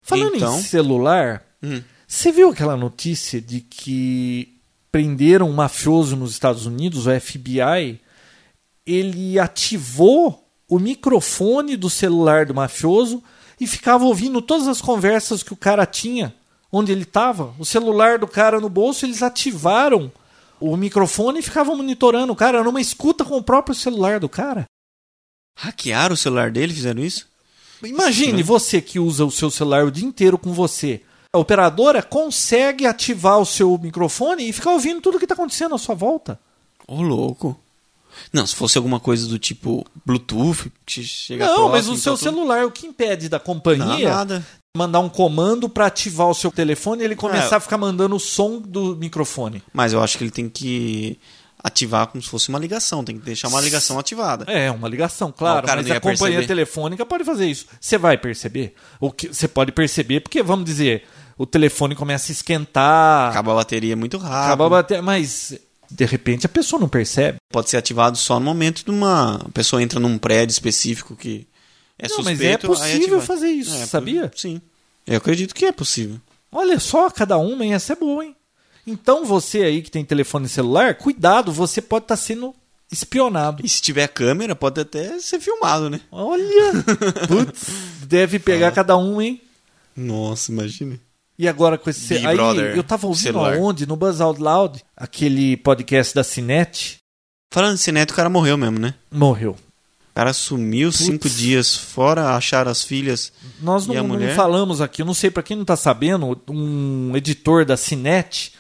Speaker 3: Falando
Speaker 1: Então?
Speaker 3: em celular,
Speaker 1: Hum.
Speaker 3: você viu aquela notícia de que prenderam um mafioso nos Estados Unidos, o FBI, ele ativou o microfone do celular do mafioso e ficava ouvindo todas as conversas que o cara tinha, onde ele estava, o celular do cara no bolso, eles ativaram o microfone e ficava monitorando o cara. Era uma escuta com o próprio celular do cara.
Speaker 1: Hackearam o celular dele, fizeram isso?
Speaker 3: Imagine você que usa o seu celular o dia inteiro com você. A operadora consegue ativar o seu microfone e ficar ouvindo tudo que está acontecendo à sua volta.
Speaker 1: Ô, louco. Não, se fosse alguma coisa do tipo Bluetooth, te chega
Speaker 3: Não,
Speaker 1: próximo,
Speaker 3: mas o
Speaker 1: tá
Speaker 3: seu
Speaker 1: tudo-
Speaker 3: celular, o que impede da
Speaker 1: Não,
Speaker 3: companhia
Speaker 1: nada.
Speaker 3: mandar um comando para ativar o seu telefone e ele
Speaker 1: É.
Speaker 3: começar a ficar mandando o som do microfone?
Speaker 1: Mas eu acho que ele tem que ativar como se fosse uma ligação. Tem que deixar uma ligação ativada.
Speaker 3: É, uma ligação, claro.
Speaker 1: Ah, o cara
Speaker 3: mas
Speaker 1: não
Speaker 3: a
Speaker 1: ia
Speaker 3: companhia
Speaker 1: perceber.
Speaker 3: telefônica pode fazer isso. Você vai perceber? O que você pode perceber, porque vamos dizer, o telefone começa a esquentar,
Speaker 1: Acaba a bateria muito rápido.
Speaker 3: acaba a bater, mas de repente a pessoa não percebe.
Speaker 1: Pode ser ativado só no momento de uma a pessoa entra num prédio específico que é
Speaker 3: Não, mas é
Speaker 1: suspeito. aí
Speaker 3: possível
Speaker 1: ativar.
Speaker 3: fazer isso,
Speaker 1: É,
Speaker 3: sabia?
Speaker 1: Sim. Eu acredito que é possível.
Speaker 3: Olha só, cada uma, hein? Essa é boa, hein? Então você aí que tem telefone celular, cuidado, você pode estar sendo espionado.
Speaker 1: E se tiver câmera, pode até ser filmado, né? [LAUGHS]
Speaker 3: Olha! Putz, deve pegar
Speaker 1: Tá.
Speaker 3: cada um, hein?
Speaker 1: Nossa, imagina.
Speaker 3: E agora com esse.
Speaker 1: Big
Speaker 3: aí
Speaker 1: Brother
Speaker 3: eu tava ouvindo
Speaker 1: celular.
Speaker 3: aonde? No Buzz Out Loud, aquele podcast da Cinete,
Speaker 1: Falando de Cineto, o cara morreu mesmo, né?
Speaker 3: morreu.
Speaker 1: O cara sumiu cinco dias fora, acharam as filhas.
Speaker 3: Nós
Speaker 1: E
Speaker 3: não,
Speaker 1: a
Speaker 3: não
Speaker 1: mulher?
Speaker 3: falamos aqui, eu não sei, pra quem não tá sabendo, um editor da Cinete,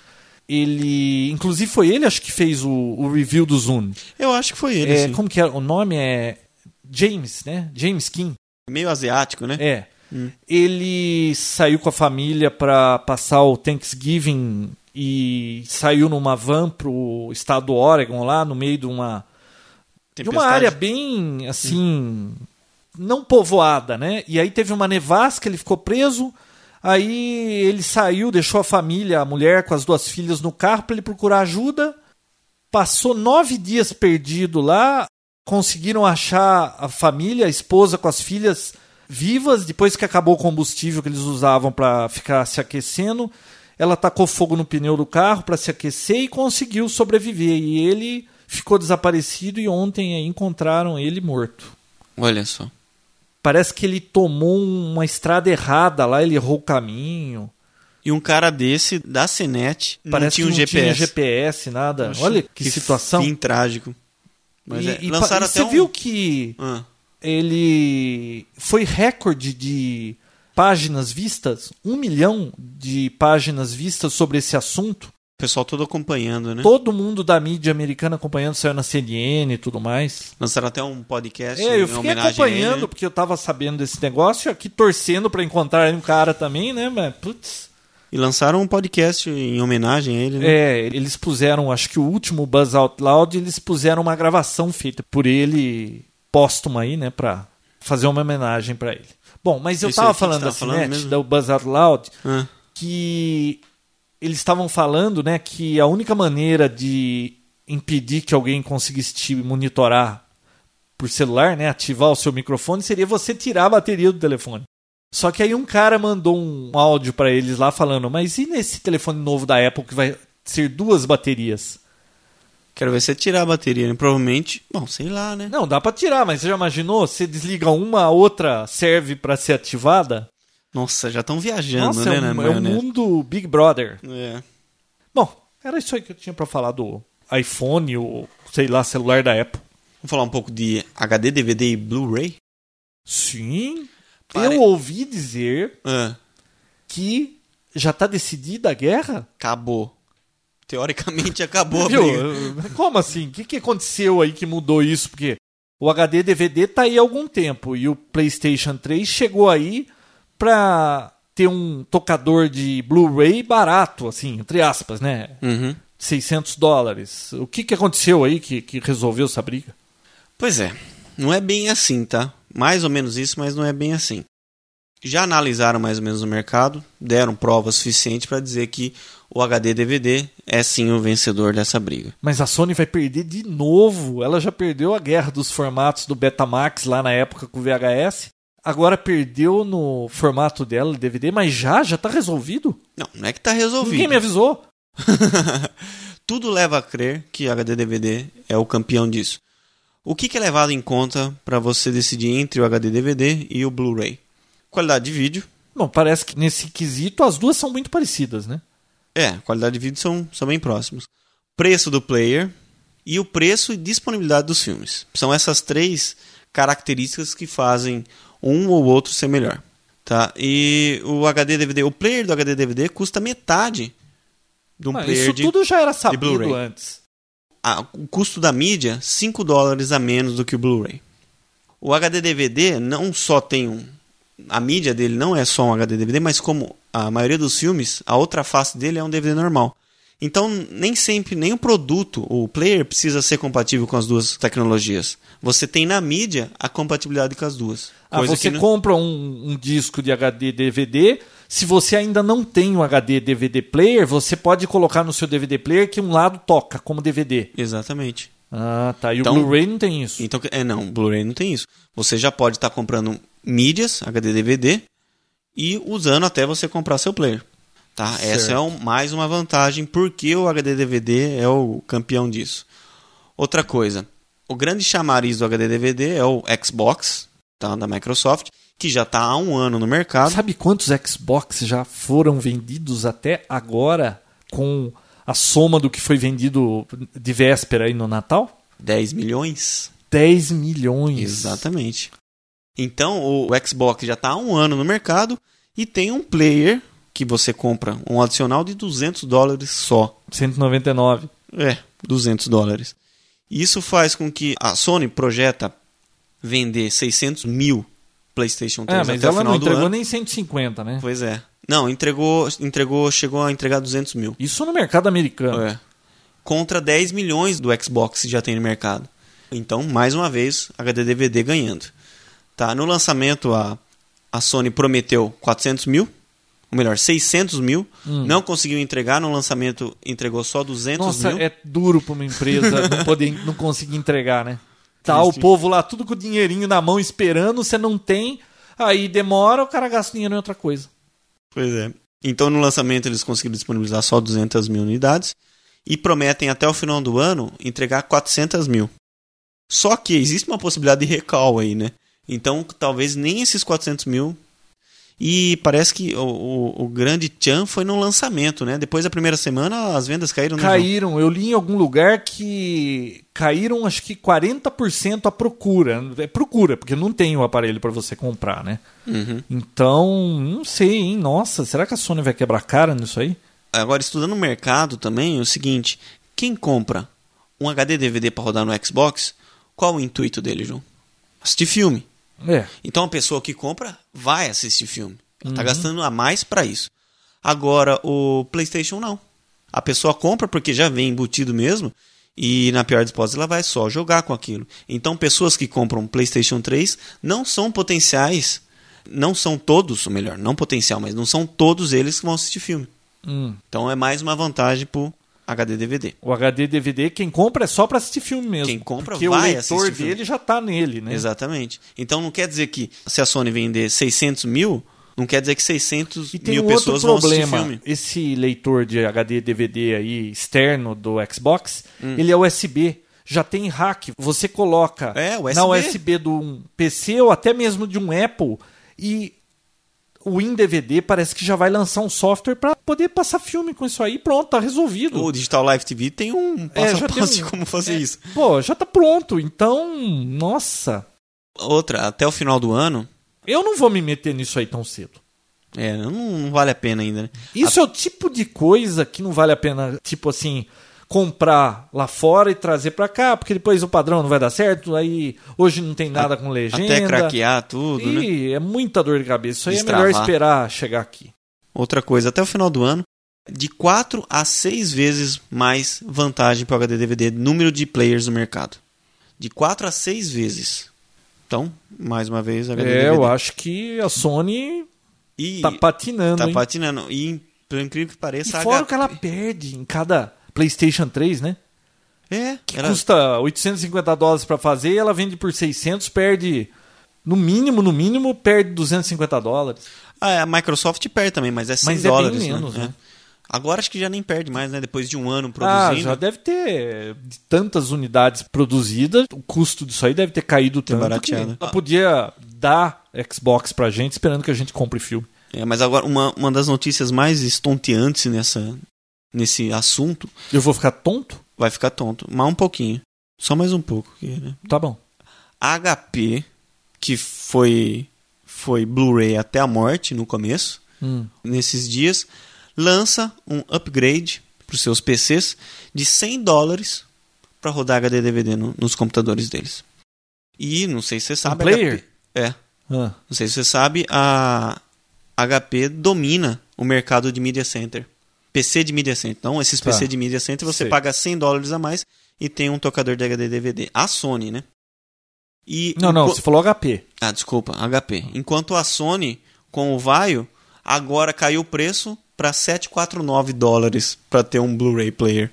Speaker 3: ele. Inclusive foi ele, acho que fez o, o review do Zune.
Speaker 1: Eu acho que foi ele,
Speaker 3: É,
Speaker 1: assim.
Speaker 3: como que é? O nome é. James, né? James Kim.
Speaker 1: Meio asiático, né?
Speaker 3: É. Ele saiu com a família pra passar o Thanksgiving e saiu numa van pro estado do Oregon lá, no meio de uma de uma
Speaker 1: Tempestade.
Speaker 3: área bem assim não povoada, né? E aí teve uma nevasca, ele ficou preso. Aí ele saiu, deixou a família, a mulher com as duas filhas no carro para ele procurar ajuda. Passou nove dias perdido lá. Conseguiram achar a família, a esposa com as filhas vivas. Depois que acabou o combustível que eles usavam para ficar se aquecendo, ela tacou fogo no pneu do carro para se aquecer e conseguiu sobreviver. E ele ficou desaparecido e ontem aí encontraram ele morto.
Speaker 1: Olha só.
Speaker 3: Parece que ele tomou uma estrada errada lá, ele errou o caminho.
Speaker 1: E um cara desse, da Cinet, não
Speaker 3: Parece
Speaker 1: tinha um
Speaker 3: que não
Speaker 1: GPS.
Speaker 3: tinha GPS, nada.
Speaker 1: Poxa,
Speaker 3: Olha que, situação.
Speaker 1: Fim trágico. Mas
Speaker 3: e,
Speaker 1: é,
Speaker 3: e pa-
Speaker 1: lançaram
Speaker 3: e
Speaker 1: até
Speaker 3: você
Speaker 1: um...
Speaker 3: viu que
Speaker 1: Ah,
Speaker 3: ele foi recorde de páginas vistas, um milhão de páginas vistas sobre esse assunto.
Speaker 1: o pessoal todo acompanhando, né?
Speaker 3: Todo mundo da mídia americana acompanhando, saiu na CNN e tudo mais.
Speaker 1: Lançaram até um podcast
Speaker 3: É,
Speaker 1: em
Speaker 3: eu fiquei
Speaker 1: homenagem a ele,
Speaker 3: acompanhando
Speaker 1: né?
Speaker 3: porque eu tava sabendo desse negócio e aqui torcendo pra encontrar um cara também, né? Mas, putz.
Speaker 1: E lançaram um podcast em homenagem a ele, né?
Speaker 3: É, eles puseram, acho que o último Buzz Out Loud, eles puseram uma gravação feita por ele, póstuma aí, né, pra fazer uma homenagem pra ele. Bom, mas eu
Speaker 1: Isso
Speaker 3: tava
Speaker 1: aí, o que
Speaker 3: falando
Speaker 1: você
Speaker 3: da
Speaker 1: tava falando
Speaker 3: Cinete,
Speaker 1: mesmo?
Speaker 3: do Buzz Out Loud,
Speaker 1: Ah,
Speaker 3: que eles estavam falando, né, que a única maneira de impedir que alguém conseguisse te monitorar por celular, né, ativar o seu microfone, seria você tirar a bateria do telefone. Só que aí um cara mandou um áudio pra eles lá falando, mas e nesse telefone novo da Apple que vai ser duas baterias?
Speaker 1: quero ver você tirar a bateria, né? Provavelmente, bom, sei lá, né?
Speaker 3: Não, dá pra tirar, mas você já imaginou? Você desliga uma, a outra serve pra ser ativada?
Speaker 1: Nossa, já estão viajando,
Speaker 3: Nossa,
Speaker 1: né?
Speaker 3: é,
Speaker 1: na
Speaker 3: um, é um
Speaker 1: maionese.
Speaker 3: mundo Big Brother.
Speaker 1: É.
Speaker 3: Bom, era isso aí que eu tinha pra falar do iPhone ou sei lá, celular da Apple.
Speaker 1: Vamos falar um pouco de HD, DVD e Blu-ray?
Speaker 3: Sim.
Speaker 1: Pare-
Speaker 3: Eu ouvi dizer
Speaker 1: Ah,
Speaker 3: que já tá decidida a guerra?
Speaker 1: acabou. Teoricamente [LAUGHS] acabou a
Speaker 3: Viu?
Speaker 1: briga.
Speaker 3: [LAUGHS] Como assim? O que, que aconteceu aí que mudou isso? Porque o HD DVD tá aí há algum tempo e o PlayStation 3 chegou aí pra ter um tocador de Blu-ray barato, assim, entre aspas, né?
Speaker 1: Uhum.
Speaker 3: 600 dólares. O que, que aconteceu aí que, que resolveu essa briga?
Speaker 1: Pois é, não é bem assim, tá? Mais ou menos isso, mas não é bem assim. Já analisaram mais ou menos o mercado, deram prova suficiente para dizer que o HD DVD é sim o vencedor dessa briga.
Speaker 3: Mas a Sony vai perder de novo. Ela já perdeu a guerra dos formatos do Betamax lá na época com o VHS. Agora perdeu no formato dela, DVD, mas já, já tá resolvido?
Speaker 1: Não, não é que tá resolvido.
Speaker 3: Ninguém me avisou.
Speaker 1: [LAUGHS] Tudo leva a crer que HD DVD é o campeão disso. O que, que é levado em conta para você decidir entre o HD DVD e o Blu-ray? Qualidade de vídeo.
Speaker 3: Bom, parece que nesse quesito as duas são muito parecidas, né?
Speaker 1: É, qualidade de vídeo são, são bem próximos. preço do player e o preço e disponibilidade dos filmes. São essas três características que fazem um ou outro ser melhor. Tá? E o HD DVD, o player do HD DVD custa metade de um
Speaker 3: Mas
Speaker 1: player
Speaker 3: Ah, isso
Speaker 1: de
Speaker 3: tudo já era sabido
Speaker 1: Blu-ray.
Speaker 3: antes.
Speaker 1: a- o custo da mídia 5 dólares a menos do que o Blu-ray. O HD DVD não só tem um. A mídia dele não é só um HD DVD, mas como a maioria dos filmes, a outra face dele é um DVD normal. Então, nem sempre, nem o produto, o player, precisa ser compatível com as duas tecnologias. Você tem na mídia a compatibilidade com as duas.
Speaker 3: Ah,
Speaker 1: Coisa
Speaker 3: você
Speaker 1: que não-
Speaker 3: compra um, um disco de HD DVD. Se você ainda não tem um HD DVD player, você pode colocar no seu DVD player que um lado toca como DVD.
Speaker 1: Exatamente.
Speaker 3: Ah, tá. E
Speaker 1: Então-
Speaker 3: o Blu-ray não tem isso.
Speaker 1: Então, é não, Blu-ray não tem isso. Você já pode estar comprando mídias, HD, DVD e usando até você comprar seu player. Tá? Essa é um- mais uma vantagem porque o HD DVD é o campeão disso. Outra coisa, o grande chamariz do HD DVD é o Xbox, tá? da Microsoft, que já está há um ano no mercado.
Speaker 3: Ah, Sabe quantos Xbox já foram vendidos até agora com a soma do que foi vendido de véspera aí no Natal?
Speaker 1: 10 milhões?
Speaker 3: 10 milhões.
Speaker 1: Exatamente. Então, o o Xbox já está há um ano no mercado e tem um player que você compra um adicional de 200 dólares só.
Speaker 3: 199.
Speaker 1: É, 200 dólares. Isso faz com que a Sony projeta vender 600 mil PlayStation 3
Speaker 3: É, mas
Speaker 1: Então, até o
Speaker 3: ela
Speaker 1: final
Speaker 3: não
Speaker 1: do
Speaker 3: entregou
Speaker 1: ano.
Speaker 3: nem 150, né?
Speaker 1: Pois é. Não, entregou, entregou, chegou a entregar 200 mil.
Speaker 3: Isso no mercado americano.
Speaker 1: É. Contra 10 milhões do Xbox que já tem no mercado. Então, mais uma vez, HD DVD ganhando. Tá, no lançamento, a, a Sony prometeu 400 mil, ou melhor, 600 mil.
Speaker 3: Hum.
Speaker 1: Não conseguiu entregar, no lançamento entregou só 200
Speaker 3: Nossa,
Speaker 1: mil.
Speaker 3: é duro pra uma empresa não,
Speaker 1: [LAUGHS]
Speaker 3: poder, não conseguir entregar, né? Tá o
Speaker 1: Triste.
Speaker 3: povo lá tudo com o dinheirinho na mão esperando, você não tem, aí demora, o cara gasta dinheiro em outra coisa.
Speaker 1: Pois é. Então, no lançamento, eles conseguiram disponibilizar só 200 mil unidades e prometem até o final do ano entregar 400 mil. Só que existe uma possibilidade de recal aí, né? Então, talvez nem esses 400 mil. E parece que o, o- o grande tchan foi no lançamento, né? Depois da primeira semana, as vendas caíram. né, João?
Speaker 3: Caíram, eu li em algum lugar que caíram acho que 40% a procura. É procura, porque não tem o aparelho pra você comprar, né?
Speaker 1: Uhum.
Speaker 3: Então, não sei, hein? Nossa, será que a Sony vai quebrar a cara nisso aí?
Speaker 1: Agora, estudando o mercado também, é o seguinte: quem compra um HD DVD para rodar no Xbox, qual o intuito dele, João? Assistir filme.
Speaker 3: É.
Speaker 1: Então a pessoa que compra vai assistir filme. Ela
Speaker 3: Uhum.
Speaker 1: tá gastando a mais para isso. Agora o PlayStation não. A pessoa compra porque já vem embutido mesmo e na pior das hipóteses ela vai só jogar com aquilo. Então pessoas que compram PlayStation 3 não são potenciais, não são todos, ou melhor, não potencial, mas não são todos eles que vão assistir filme.
Speaker 3: Hum.
Speaker 1: Então é mais uma vantagem pro HD DVD.
Speaker 3: O HD DVD, quem compra é só pra assistir filme mesmo.
Speaker 1: Quem compra
Speaker 3: porque o
Speaker 1: vai
Speaker 3: leitor
Speaker 1: assistir filme.
Speaker 3: dele já tá nele, né?
Speaker 1: Exatamente. Então não quer dizer que se a Sony vender 600 mil, não quer dizer que 600
Speaker 3: E tem
Speaker 1: mil
Speaker 3: um outro
Speaker 1: pessoas vão assistir
Speaker 3: problema.
Speaker 1: filme.
Speaker 3: Esse leitor de HD DVD aí externo do Xbox,
Speaker 1: Hum.
Speaker 3: ele é USB. Já tem hack. Você coloca
Speaker 1: É, USB.
Speaker 3: na USB de um PC ou até mesmo de um Apple e o WinDVD parece que já vai lançar um software para poder passar filme com isso aí. Pronto, tá resolvido.
Speaker 1: O Digital Live TV tem um
Speaker 3: É,
Speaker 1: passo
Speaker 3: já
Speaker 1: a
Speaker 3: tem
Speaker 1: passo de [LAUGHS]
Speaker 3: um-
Speaker 1: como fazer
Speaker 3: é.
Speaker 1: isso.
Speaker 3: Pô, já tá pronto. Então, nossa,
Speaker 1: Outra, até o final do ano,
Speaker 3: eu não vou me meter nisso aí tão cedo.
Speaker 1: é, não, não vale a pena ainda, né?
Speaker 3: Isso é o tipo de coisa que não vale a pena, tipo assim, comprar lá fora e trazer pra cá, porque depois o padrão não vai dar certo, aí hoje não tem nada com legenda.
Speaker 1: Até craquear tudo, né?
Speaker 3: Ih, é muita dor de cabeça. Isso aí é
Speaker 1: Destravar.
Speaker 3: melhor esperar chegar aqui.
Speaker 1: Outra coisa, até o final do ano, de 4 a 6 vezes mais vantagem para o HD DVD, número de players no mercado. De 4 a 6 vezes. Então, mais uma vez, HD
Speaker 3: É,
Speaker 1: DVD.
Speaker 3: eu acho que a Sony
Speaker 1: E
Speaker 3: tá patinando.
Speaker 1: tá
Speaker 3: hein?
Speaker 1: patinando. E, por incrível que
Speaker 3: E
Speaker 1: pareça, a
Speaker 3: fora o
Speaker 1: HP
Speaker 3: que ela perde em cada PlayStation 3, né?
Speaker 1: É,
Speaker 3: Que
Speaker 1: ela-
Speaker 3: custa 850 dólares pra fazer e ela vende por 600, perde no mínimo, no mínimo, perde 250 dólares.
Speaker 1: Ah, a Microsoft perde também, mas é 100
Speaker 3: Mas é bem
Speaker 1: dólares. né?
Speaker 3: menos, né?
Speaker 1: É. Agora acho que já nem perde mais, né? Depois de um ano
Speaker 3: Ah,
Speaker 1: produzindo.
Speaker 3: já deve ter de tantas unidades produzidas, o custo disso aí deve ter caído tanto
Speaker 1: barateado.
Speaker 3: que ela podia dar Xbox pra gente esperando que a gente compre filme.
Speaker 1: É, mas agora uma, uma das notícias mais estonteantes nessa, nesse assunto,
Speaker 3: Eu vou ficar tonto?
Speaker 1: vai ficar tonto. Mas um pouquinho. Só mais um pouco. que, né?
Speaker 3: Tá bom.
Speaker 1: HP, que foi, foi Blu-ray até a morte no começo,
Speaker 3: Hum.
Speaker 1: nesses dias, lança um upgrade para os seus PCs de 100 dólares para rodar HD DVD no- nos computadores deles. E não sei se você sabe.
Speaker 3: Um player?
Speaker 1: HP é.
Speaker 3: Ah,
Speaker 1: Não sei se você sabe, a HP domina o mercado de media center. PC de media center. Então, esses
Speaker 3: Tá.
Speaker 1: PC de media center você
Speaker 3: Sei.
Speaker 1: paga 100 dólares a mais e tem um tocador de HD DVD. A Sony, né? E
Speaker 3: Não, não,
Speaker 1: enqu-
Speaker 3: você falou HP.
Speaker 1: Ah, desculpa, HP. Enquanto a Sony com o Vaio agora caiu o preço para 749 dólares para ter um Blu-ray player.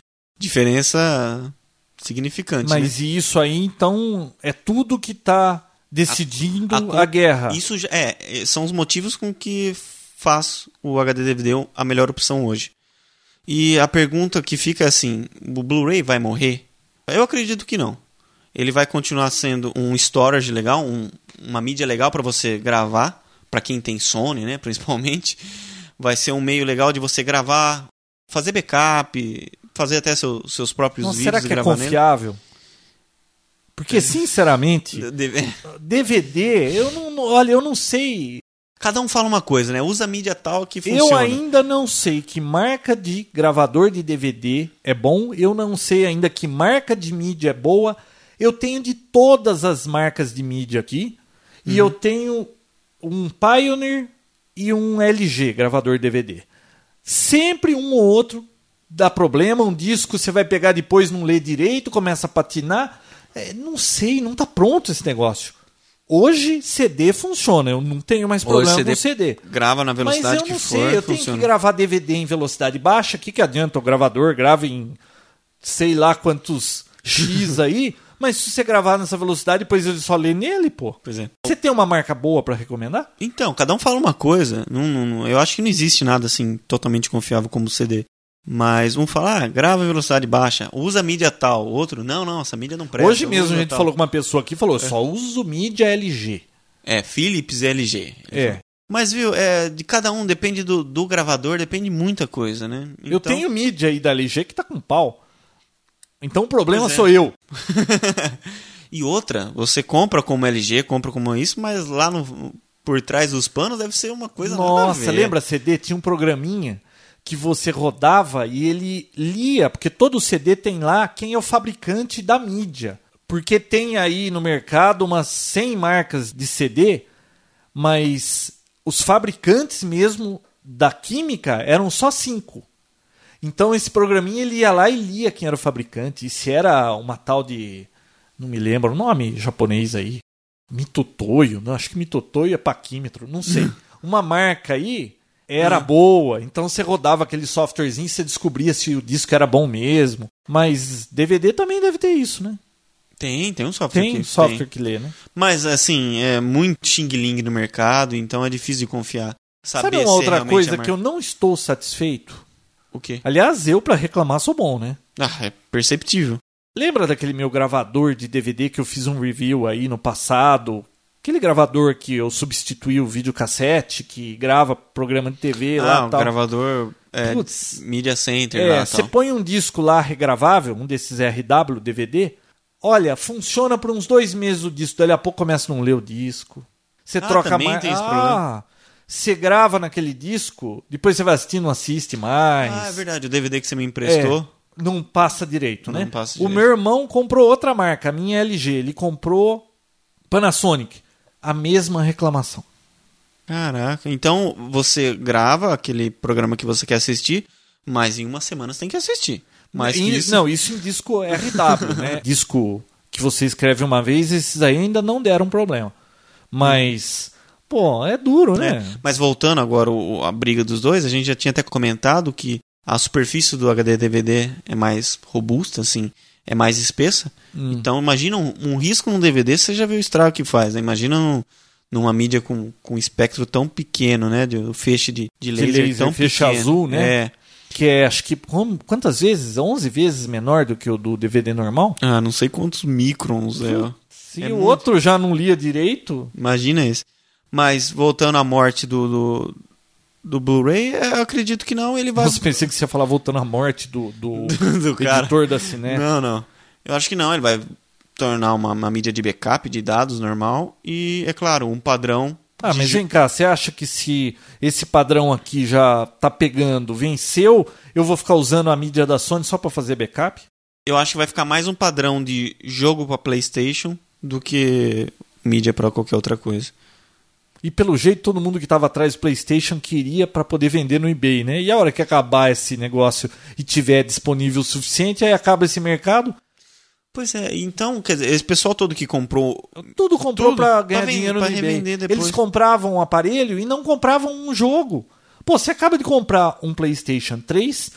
Speaker 1: Diferença significante, né?
Speaker 3: Mas e isso aí, então, é tudo que tá decidindo
Speaker 1: A- a
Speaker 3: a,
Speaker 1: con-
Speaker 3: guerra.
Speaker 1: Isso já- é, é, são os motivos com que faz o HD DVD a melhor opção hoje. E a pergunta que fica é assim, o Blu-ray vai morrer? Eu acredito que não. Ele vai continuar sendo um storage legal, um- uma mídia legal para você gravar, para quem tem Sony, né, [LAUGHS] principalmente. Vai ser um meio legal de você gravar, fazer backup, fazer até seu- seus próprios
Speaker 3: Nossa,
Speaker 1: vídeos
Speaker 3: será que é
Speaker 1: gravar nele.
Speaker 3: confiável? Porque, sinceramente,
Speaker 1: Deve-
Speaker 3: DVD, eu não, não- olha, eu não sei.
Speaker 1: [LAUGHS] Cada um fala uma coisa, né? Usa a mídia tal que funciona.
Speaker 3: Eu ainda não sei que marca de gravador de DVD é bom, eu não sei ainda que marca de mídia é boa. Eu tenho de todas as marcas de mídia aqui
Speaker 1: Uhum.
Speaker 3: e eu tenho um Pioneer e um LG gravador DVD. Sempre um ou outro dá problema, um disco você vai pegar depois não lê direito, começa a patinar. É, não sei, não tá pronto esse negócio. Hoje CD funciona, eu não tenho mais problema
Speaker 1: Hoje
Speaker 3: com CD.
Speaker 1: Grava na velocidade
Speaker 3: Mas eu
Speaker 1: que
Speaker 3: não
Speaker 1: for,
Speaker 3: sei, eu tenho
Speaker 1: funciona.
Speaker 3: que gravar DVD em velocidade baixa. O que, que adianta o gravador grava em sei lá quantos
Speaker 1: [LAUGHS]
Speaker 3: X aí? Mas se você gravar nessa velocidade, depois ele só lê nele, pô.
Speaker 1: Pois é.
Speaker 3: Você tem uma marca boa pra recomendar?
Speaker 1: Então, cada um fala uma coisa. Não, não- não- eu acho que não existe nada assim totalmente confiável como o CD. Mas um fala, ah, grava em velocidade baixa, usa a mídia tal. Outro, não, não, essa mídia não presta. tá. É.
Speaker 3: Hoje mesmo
Speaker 1: usa
Speaker 3: a gente
Speaker 1: tal.
Speaker 3: falou com uma pessoa aqui, falou, só uso mídia LG.
Speaker 1: É, Philips LG.
Speaker 3: É.
Speaker 1: Mas viu, é, de cada um, depende do, do gravador, depende muita coisa, né?
Speaker 3: Eu
Speaker 1: Então-
Speaker 3: tenho mídia aí da LG que tá com pau. Então o problema
Speaker 1: Pois é.
Speaker 3: sou eu.
Speaker 1: [LAUGHS] E outra, você compra como LG, compra como isso, mas lá no, por trás dos panos deve ser uma coisa nada a
Speaker 3: Nossa,
Speaker 1: ver.
Speaker 3: lembra CD? Tinha um programinha que você rodava e ele lia, porque todo CD tem lá quem é o fabricante da mídia. Porque tem aí no mercado umas 100 marcas de CD, mas os fabricantes mesmo da química eram só cinco. Então esse programinha ele ia lá e lia quem era o fabricante, e se era uma tal de. não me lembro o nome japonês aí. Mitotoyo, não, acho que Mitotoyo é paquímetro, não
Speaker 1: Hum.
Speaker 3: sei. uma marca aí era boa, então você rodava aquele softwarezinho e você descobria se o disco era bom mesmo. Mas DVD também deve ter isso, né?
Speaker 1: Tem, tem um software
Speaker 3: Tem
Speaker 1: que-
Speaker 3: software que lê, né?
Speaker 1: Mas, assim, é muito xing-ling no mercado, então é difícil de confiar. Saber
Speaker 3: Sabe uma
Speaker 1: se
Speaker 3: outra
Speaker 1: realmente
Speaker 3: coisa
Speaker 1: é mar-
Speaker 3: que eu não estou satisfeito?
Speaker 1: O quê?
Speaker 3: Aliás, eu pra reclamar sou bom, né?
Speaker 1: Ah, é perceptível.
Speaker 3: Lembra daquele meu gravador de DVD que eu fiz um review aí no passado? Aquele gravador que eu substituí o videocassete, que grava programa de TV
Speaker 1: ah,
Speaker 3: lá
Speaker 1: o
Speaker 3: tal.
Speaker 1: gravador é,
Speaker 3: Putz.
Speaker 1: Media Center
Speaker 3: É,
Speaker 1: lá então.
Speaker 3: você
Speaker 1: tal.
Speaker 3: põe um disco lá regravável, um desses RW, DVD, olha, funciona por uns dois meses o disco, dali a pouco começa a não ler o disco. Você
Speaker 1: Ah,
Speaker 3: troca
Speaker 1: também
Speaker 3: mais.
Speaker 1: tem esse
Speaker 3: ah,
Speaker 1: problema.
Speaker 3: Você grava naquele disco, depois você vai assistir, não assiste mais.
Speaker 1: Ah, é verdade, o DVD que você me emprestou.
Speaker 3: É, não passa direito, né?
Speaker 1: Não passa
Speaker 3: O
Speaker 1: direito.
Speaker 3: meu irmão comprou outra marca, a minha é LG. Ele comprou Panasonic. A mesma reclamação. É.
Speaker 1: Caraca, então você grava aquele programa que você quer assistir, mas em uma semana você tem que assistir. Mas
Speaker 3: E-
Speaker 1: que isso...
Speaker 3: Não, isso em disco RW, né? [LAUGHS] Disco que você escreve uma vez, esses aí ainda não deram problema. Mas, pô, é duro,
Speaker 1: É,
Speaker 3: né?
Speaker 1: Mas voltando agora o- a briga dos dois, a gente já tinha até comentado que a superfície do HD DVD é mais robusta, assim, é mais espessa.
Speaker 3: Hum.
Speaker 1: Então imagina um, um risco num DVD, você já viu o estrago que faz, né? Imagina num- numa mídia com, com um espectro tão pequeno, né? De, o feixe de, de laser,
Speaker 3: laser,
Speaker 1: tão
Speaker 3: feixe
Speaker 1: pequeno.
Speaker 3: azul, né?
Speaker 1: É.
Speaker 3: Que é, acho que, como- quantas vezes? 11 vezes menor do que o do DVD normal?
Speaker 1: Ah, não sei quantos microns é. ó.
Speaker 3: Se
Speaker 1: É
Speaker 3: o
Speaker 1: muito.
Speaker 3: outro já não lia direito,
Speaker 1: Imagina isso. Mas voltando à morte do, do, do Blu-ray? Eu acredito que não, ele vai.
Speaker 3: Nossa, pensei que você ia falar voltando à morte do, [LAUGHS] do,
Speaker 1: [LAUGHS] do cara.
Speaker 3: editor da Ciné.
Speaker 1: Não, não. Eu acho que não, ele vai tornar uma, uma mídia de backup de dados normal e, é claro, um padrão.
Speaker 3: Ah,
Speaker 1: de
Speaker 3: mas
Speaker 1: ju-
Speaker 3: vem cá, você acha que se esse padrão aqui já tá pegando, venceu, eu vou ficar usando a mídia da Sony só pra fazer backup?
Speaker 1: Eu acho que vai ficar mais um padrão de jogo pra PlayStation do que mídia pra qualquer outra coisa.
Speaker 3: E pelo jeito todo mundo que tava atrás do PlayStation queria pra poder vender no eBay, né? E a hora que acabar esse negócio e tiver disponível o suficiente, aí acaba esse mercado,
Speaker 1: Pois é, então, quer dizer, esse pessoal todo que comprou.
Speaker 3: tudo comprou
Speaker 1: Tudo,
Speaker 3: pra
Speaker 1: pra
Speaker 3: ganhar
Speaker 1: vender,
Speaker 3: dinheiro
Speaker 1: pra
Speaker 3: no eBay.
Speaker 1: revender depois.
Speaker 3: Eles compravam um aparelho e não compravam um jogo. Pô, você acaba de comprar um PlayStation 3,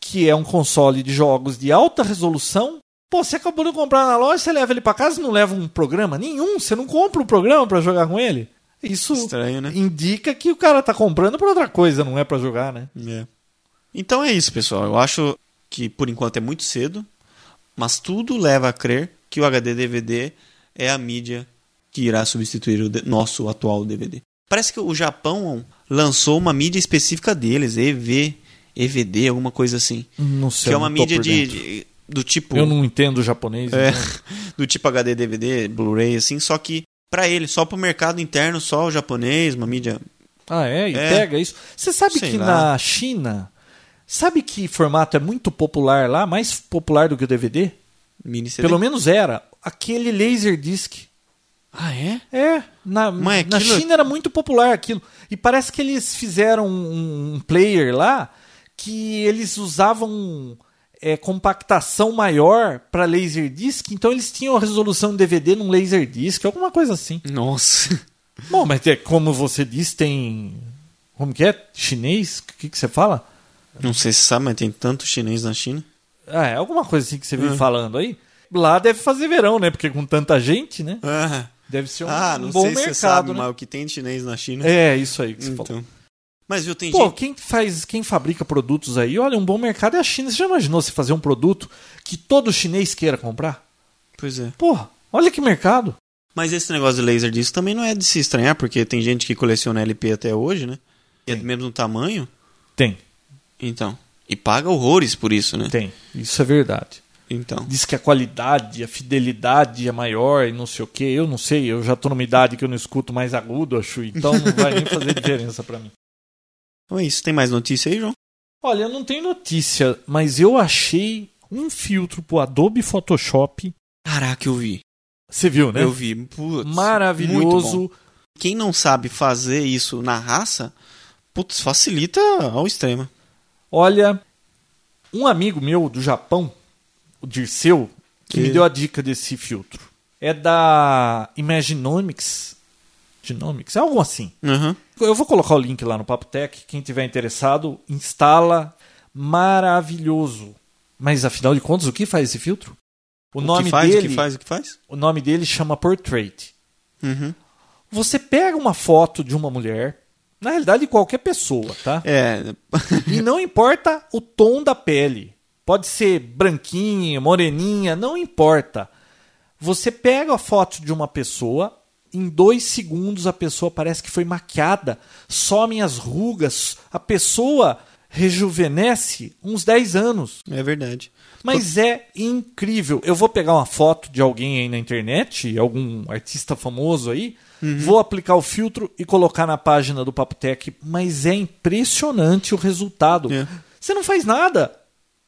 Speaker 3: que é um console de jogos de alta resolução. Pô, você acabou de comprar na loja, você leva ele pra casa e não leva um programa nenhum, você não compra um programa pra jogar com ele. Isso
Speaker 1: Estranho, né?
Speaker 3: indica que o cara tá comprando pra outra coisa, não é pra jogar, né?
Speaker 1: É. Então é isso, pessoal. Eu acho que por enquanto é muito cedo, mas tudo leva a crer que o HD DVD é a mídia que irá substituir o de- nosso atual DVD. Parece que o Japão lançou uma mídia específica deles, EV, EVD, alguma coisa assim.
Speaker 3: Não sei.
Speaker 1: que é
Speaker 3: eu
Speaker 1: uma
Speaker 3: não tô
Speaker 1: mídia
Speaker 3: por
Speaker 1: de,
Speaker 3: dentro.
Speaker 1: de- do tipo
Speaker 3: um Eu não entendo japonês.
Speaker 1: É. [LAUGHS]
Speaker 3: então.
Speaker 1: do tipo HD, DVD, Blu-ray assim, só que pra ele, só pro mercado interno, só o japonês, uma mídia
Speaker 3: Ah, é? E
Speaker 1: É.
Speaker 3: pega isso. Você sabe
Speaker 1: Sei
Speaker 3: que
Speaker 1: lá.
Speaker 3: na China, sabe que formato é muito popular lá, mais popular do que o DVD?
Speaker 1: mini CD.
Speaker 3: Pelo menos era. Aquele Laserdisc.
Speaker 1: Ah, é?
Speaker 3: É, na,
Speaker 1: Mas
Speaker 3: na
Speaker 1: aquilo-
Speaker 3: China era muito popular aquilo. E parece que eles fizeram um, um player lá que eles usavam é, compactação maior para Laserdisc, então eles tinham a resolução de DVD num Laserdisc, alguma coisa assim.
Speaker 1: Nossa.
Speaker 3: Bom, mas é como você diz, tem. Como que é? Chinês? O que, que você fala?
Speaker 1: Não sei se sabe, mas tem tanto chinês na China.
Speaker 3: Ah, é alguma coisa assim que você
Speaker 1: Hum.
Speaker 3: vive falando aí. Lá deve fazer verão, né? Porque com tanta gente, né?
Speaker 1: Ah,
Speaker 3: Deve ser um,
Speaker 1: ah,
Speaker 3: um
Speaker 1: não
Speaker 3: bom
Speaker 1: sei se
Speaker 3: mercado.
Speaker 1: você sabe,
Speaker 3: né?
Speaker 1: mas o que tem de chinês na China.
Speaker 3: É, isso aí que você falou.
Speaker 1: então. Mas viu, tem
Speaker 3: Pô,
Speaker 1: gente.
Speaker 3: quem faz, quem fabrica produtos aí, olha, um bom mercado é a China. Você já imaginou você fazer um produto que todo chinês queira comprar?
Speaker 1: Pois é.
Speaker 3: Porra, olha que mercado.
Speaker 1: Mas esse negócio de laser disco também não é de se estranhar, porque tem gente que coleciona LP até hoje, né? E é do mesmo tamanho.
Speaker 3: Tem,
Speaker 1: Então. E paga horrores por isso, né?
Speaker 3: tem. Isso é verdade.
Speaker 1: Então.
Speaker 3: Diz que a qualidade, a fidelidade é maior e não sei o que. Eu não sei, eu já tô numa idade que eu não escuto mais agudo, acho, então não vai
Speaker 1: [LAUGHS]
Speaker 3: nem fazer diferença pra mim.
Speaker 1: Então é isso. Tem mais notícia aí, João?
Speaker 3: Olha, eu não tenho notícia, mas eu achei um filtro pro Adobe Photoshop.
Speaker 1: Caraca, eu vi.
Speaker 3: Você viu, né?
Speaker 1: Eu vi. Putz, muito bom.
Speaker 3: Maravilhoso.
Speaker 1: Quem não sabe fazer isso na raça, putz, facilita ao extremo.
Speaker 3: Olha, um amigo meu do Japão, o Dirceu, que me
Speaker 1: Que-
Speaker 3: deu a dica desse filtro. É da Imaginomics. Genomics, é algo assim.
Speaker 1: Aham.
Speaker 3: Eu vou colocar o link lá no Papo Tech. Quem tiver interessado, instala. Maravilhoso. Mas afinal de contas, o que faz esse filtro? O,
Speaker 1: o
Speaker 3: nome
Speaker 1: que faz,
Speaker 3: dele,
Speaker 1: o que faz, o que faz?
Speaker 3: o nome dele chama Portrait.
Speaker 1: Uhum.
Speaker 3: Você pega uma foto de uma mulher, na realidade de qualquer pessoa, tá?
Speaker 1: É. [LAUGHS]
Speaker 3: E não importa o tom da pele. Pode ser branquinha, moreninha, não importa. Você pega a foto de uma pessoa, em dois segundos a pessoa parece que foi maquiada, somem as rugas, a pessoa rejuvenesce uns 10 anos.
Speaker 1: É verdade.
Speaker 3: Mas é incrível. Eu vou pegar uma foto de alguém aí na internet, algum artista famoso aí,
Speaker 1: Uhum.
Speaker 3: vou aplicar o filtro e colocar na página do Papotec. Mas é impressionante o resultado.
Speaker 1: É.
Speaker 3: Você não faz nada.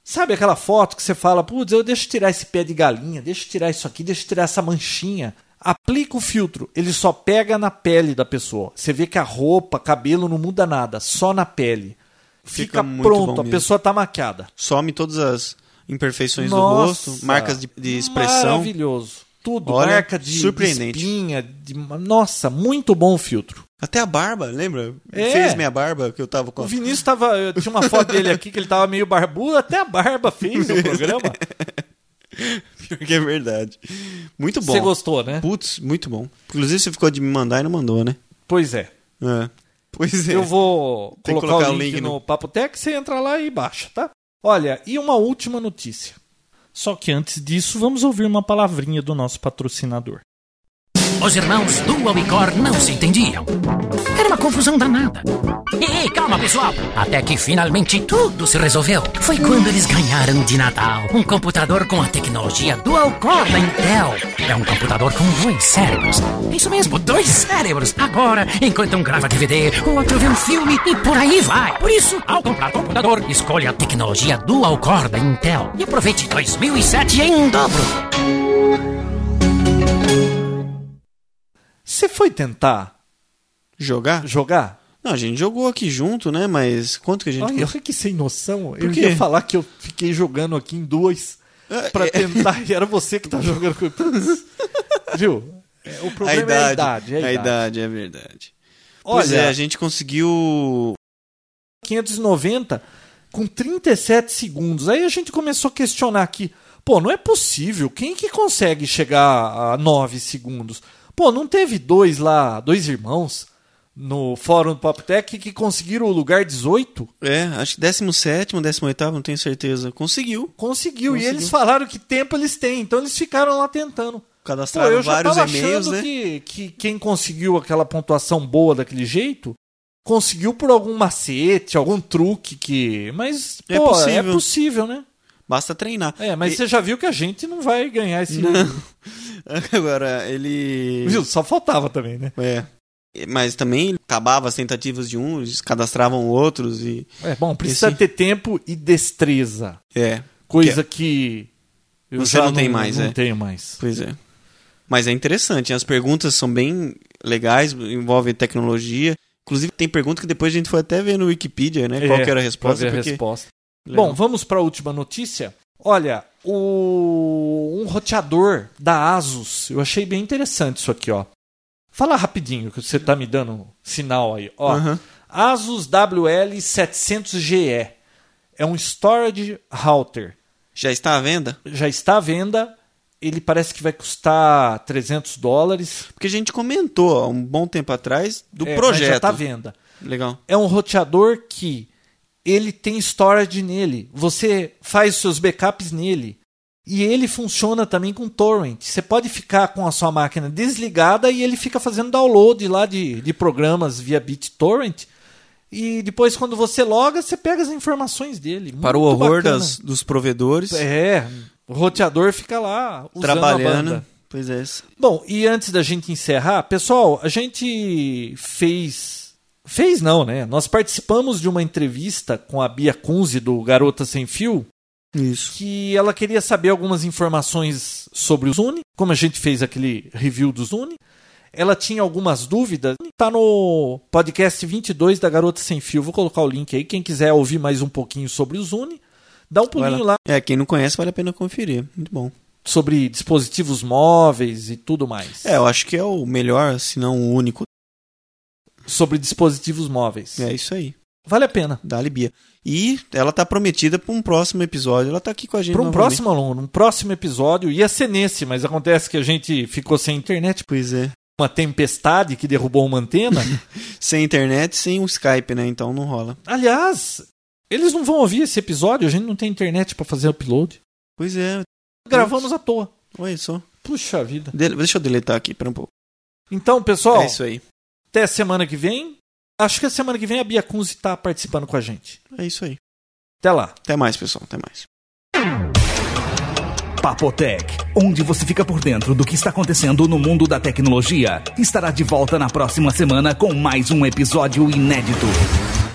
Speaker 3: Sabe aquela foto que você fala, putz, eu deixa eu tirar esse pé de galinha, deixa eu tirar isso aqui, deixa eu tirar essa manchinha. Aplica o filtro, ele só pega na pele da pessoa. Você vê que a roupa, cabelo não muda nada, só na pele. Fica,
Speaker 1: Fica muito
Speaker 3: pronto,
Speaker 1: bom
Speaker 3: a
Speaker 1: mesmo.
Speaker 3: pessoa tá maquiada.
Speaker 1: Some todas as imperfeições
Speaker 3: Nossa,
Speaker 1: do rosto, marcas de, de expressão.
Speaker 3: Maravilhoso. Tudo,
Speaker 1: Olha,
Speaker 3: marca de,
Speaker 1: surpreendente.
Speaker 3: de espinha. de- nossa, muito bom o filtro.
Speaker 1: Até a barba, lembra?
Speaker 3: É.
Speaker 1: Fez minha barba que eu tava
Speaker 3: [LAUGHS]
Speaker 1: com.
Speaker 3: O Vinícius tava. eu tinha uma foto dele aqui que ele tava meio barbudo, até a barba fez no programa.
Speaker 1: Pior [LAUGHS] que é verdade. Muito [LAUGHS] bom.
Speaker 3: Você gostou, né?
Speaker 1: Putz, muito bom. Inclusive você ficou de me mandar e não mandou, né?
Speaker 3: Pois é.
Speaker 1: É. Pois é.
Speaker 3: Eu vou
Speaker 1: Tem que
Speaker 3: colocar, o link, no, Papotec, você entra lá e baixa, tá? Olha, e uma última notícia. Só que antes disso, vamos ouvir uma palavrinha do nosso patrocinador.
Speaker 4: Os irmãos Dual e Cor não se entendiam. Era uma confusão danada. Ei, calma, pessoal! Até que finalmente tudo se resolveu. Foi quando eles ganharam de Natal um computador com a tecnologia Dual Core da Intel. É um computador com dois cérebros. Isso mesmo, dois cérebros. Agora, enquanto um grava DVD, o outro vê um filme e por aí vai. Por isso, ao comprar computador, escolha a tecnologia Dual Core da Intel e aproveite 2007 em dobro.
Speaker 3: Você foi tentar
Speaker 1: Jogar?
Speaker 3: jogar?
Speaker 1: Não, a gente jogou aqui junto, né? Mas quanto que a gente.
Speaker 3: Olha, olha que sem noção. eu
Speaker 1: quê?
Speaker 3: ia falar que eu fiquei jogando aqui em dois
Speaker 1: É,
Speaker 3: pra
Speaker 1: é.
Speaker 3: tentar. E era você que tá jogando com [LAUGHS] Putz. Viu? É, O problema é a idade. É a idade.
Speaker 1: é verdade. pois
Speaker 3: Olha,
Speaker 1: é, a gente conseguiu.
Speaker 3: 590 com 37 segundos. Aí a gente começou a questionar aqui. Pô, não é possível. Quem que consegue chegar a 9 segundos? Pô, não teve dois lá, dois irmãos no fórum do Poptech que conseguiram o lugar 18?
Speaker 1: É, acho que 17, 18, não tenho certeza. Conseguiu.
Speaker 3: Conseguiu. E
Speaker 1: Conseguiu.
Speaker 3: eles falaram que tempo eles têm, então eles ficaram lá tentando. Pô,
Speaker 1: Cadastraram
Speaker 3: eu já
Speaker 1: vários
Speaker 3: tava
Speaker 1: e-mails,
Speaker 3: achando
Speaker 1: né?
Speaker 3: que, que quem conseguiu aquela pontuação boa daquele jeito conseguiu por algum macete, algum truque que. Mas, pô,
Speaker 1: É
Speaker 3: é possível,
Speaker 1: possível.
Speaker 3: né?
Speaker 1: Basta treinar.
Speaker 3: É, mas
Speaker 1: E-
Speaker 3: você já viu que a gente não vai ganhar esse.
Speaker 1: [LAUGHS] Agora, ele.
Speaker 3: [LAUGHS] Viu? Só faltava também, né?
Speaker 1: É. E- Mas também acabava as tentativas de um, eles cadastravam outros e.
Speaker 3: É, bom, precisa
Speaker 1: Esse-
Speaker 3: ter tempo e destreza.
Speaker 1: É,
Speaker 3: Coisa que. eu
Speaker 1: Você
Speaker 3: já
Speaker 1: não tem mais,
Speaker 3: não
Speaker 1: é.
Speaker 3: tenho mais.
Speaker 1: pois é. Mas é interessante, as perguntas são bem legais, envolvem tecnologia. Inclusive, tem pergunta que depois a gente foi até ver no Wikipedia, né? qual que era a resposta.
Speaker 3: É. qual que era a
Speaker 1: porque-
Speaker 3: resposta. Bom, vamos para a última notícia. Olha, o... um roteador da Asus. Eu achei bem interessante isso aqui, ó. Fala rapidinho, que você tá me dando sinal aí. Ó,
Speaker 1: Aham.
Speaker 3: Asus WL700GE. É um storage router.
Speaker 1: Já está à venda?
Speaker 3: Já está à venda. Ele parece que vai custar 300 dólares.
Speaker 1: Porque a gente comentou há um bom tempo atrás do
Speaker 3: É, mas
Speaker 1: projeto.
Speaker 3: Já está à venda.
Speaker 1: Legal.
Speaker 3: é um roteador que ele tem storage nele. Você faz os seus backups nele. E ele funciona também com torrent. Você pode ficar com a sua máquina desligada e ele fica fazendo download lá de, de programas via BitTorrent. E depois, quando você loga, você pega as informações dele.
Speaker 1: Para o
Speaker 3: Muito
Speaker 1: horror
Speaker 3: bacana.
Speaker 1: das, dos provedores,
Speaker 3: É, o roteador fica lá usando a
Speaker 1: trabalhando.
Speaker 3: banda.
Speaker 1: Pois é.
Speaker 3: Bom, e antes da gente encerrar, pessoal, a gente fez. Fez não, né? Nós participamos de uma entrevista com a Bia Kunze do Garota Sem Fio,
Speaker 1: Isso.
Speaker 3: que ela queria saber algumas informações sobre o Zune, como a gente fez aquele review do Zune. Ela tinha algumas dúvidas. Tá no podcast 22 da Garota Sem Fio. Vou colocar o link aí. Quem quiser ouvir mais um pouquinho sobre o Zune, dá um pulinho lá
Speaker 1: É, quem não conhece vale a pena conferir. Muito bom.
Speaker 3: sobre dispositivos móveis e tudo mais.
Speaker 1: É, eu acho que é o melhor, se não o único.
Speaker 3: Sobre dispositivos móveis.
Speaker 1: É isso aí.
Speaker 3: Vale a pena.
Speaker 1: Da Libia. E ela tá prometida para um próximo episódio. Ela tá aqui com a gente.
Speaker 3: Para um
Speaker 1: novamente.
Speaker 3: próximo aluno, um próximo episódio, ia ser nesse, mas acontece que a gente ficou sem internet,
Speaker 1: Pois é.
Speaker 3: uma tempestade que derrubou uma
Speaker 1: [LAUGHS]
Speaker 3: antena.
Speaker 1: Sem internet, sem o Skype, né? Então não rola.
Speaker 3: Aliás, eles não vão ouvir esse episódio, a gente não tem internet para fazer upload.
Speaker 1: Pois é.
Speaker 3: Gravamos à toa.
Speaker 1: Olha só.
Speaker 3: Puxa vida.
Speaker 1: Dele- Deixa eu deletar aqui, pera um pouco.
Speaker 3: Então, pessoal,
Speaker 1: É isso aí.
Speaker 3: até semana que vem. Acho que a semana que vem a Bia Kunze tá participando com a gente.
Speaker 1: É isso aí.
Speaker 3: Até lá.
Speaker 1: Até mais, pessoal. Até mais.
Speaker 2: Papotec, onde você fica por dentro do que está acontecendo no mundo da tecnologia, estará de volta na próxima semana com mais um episódio inédito.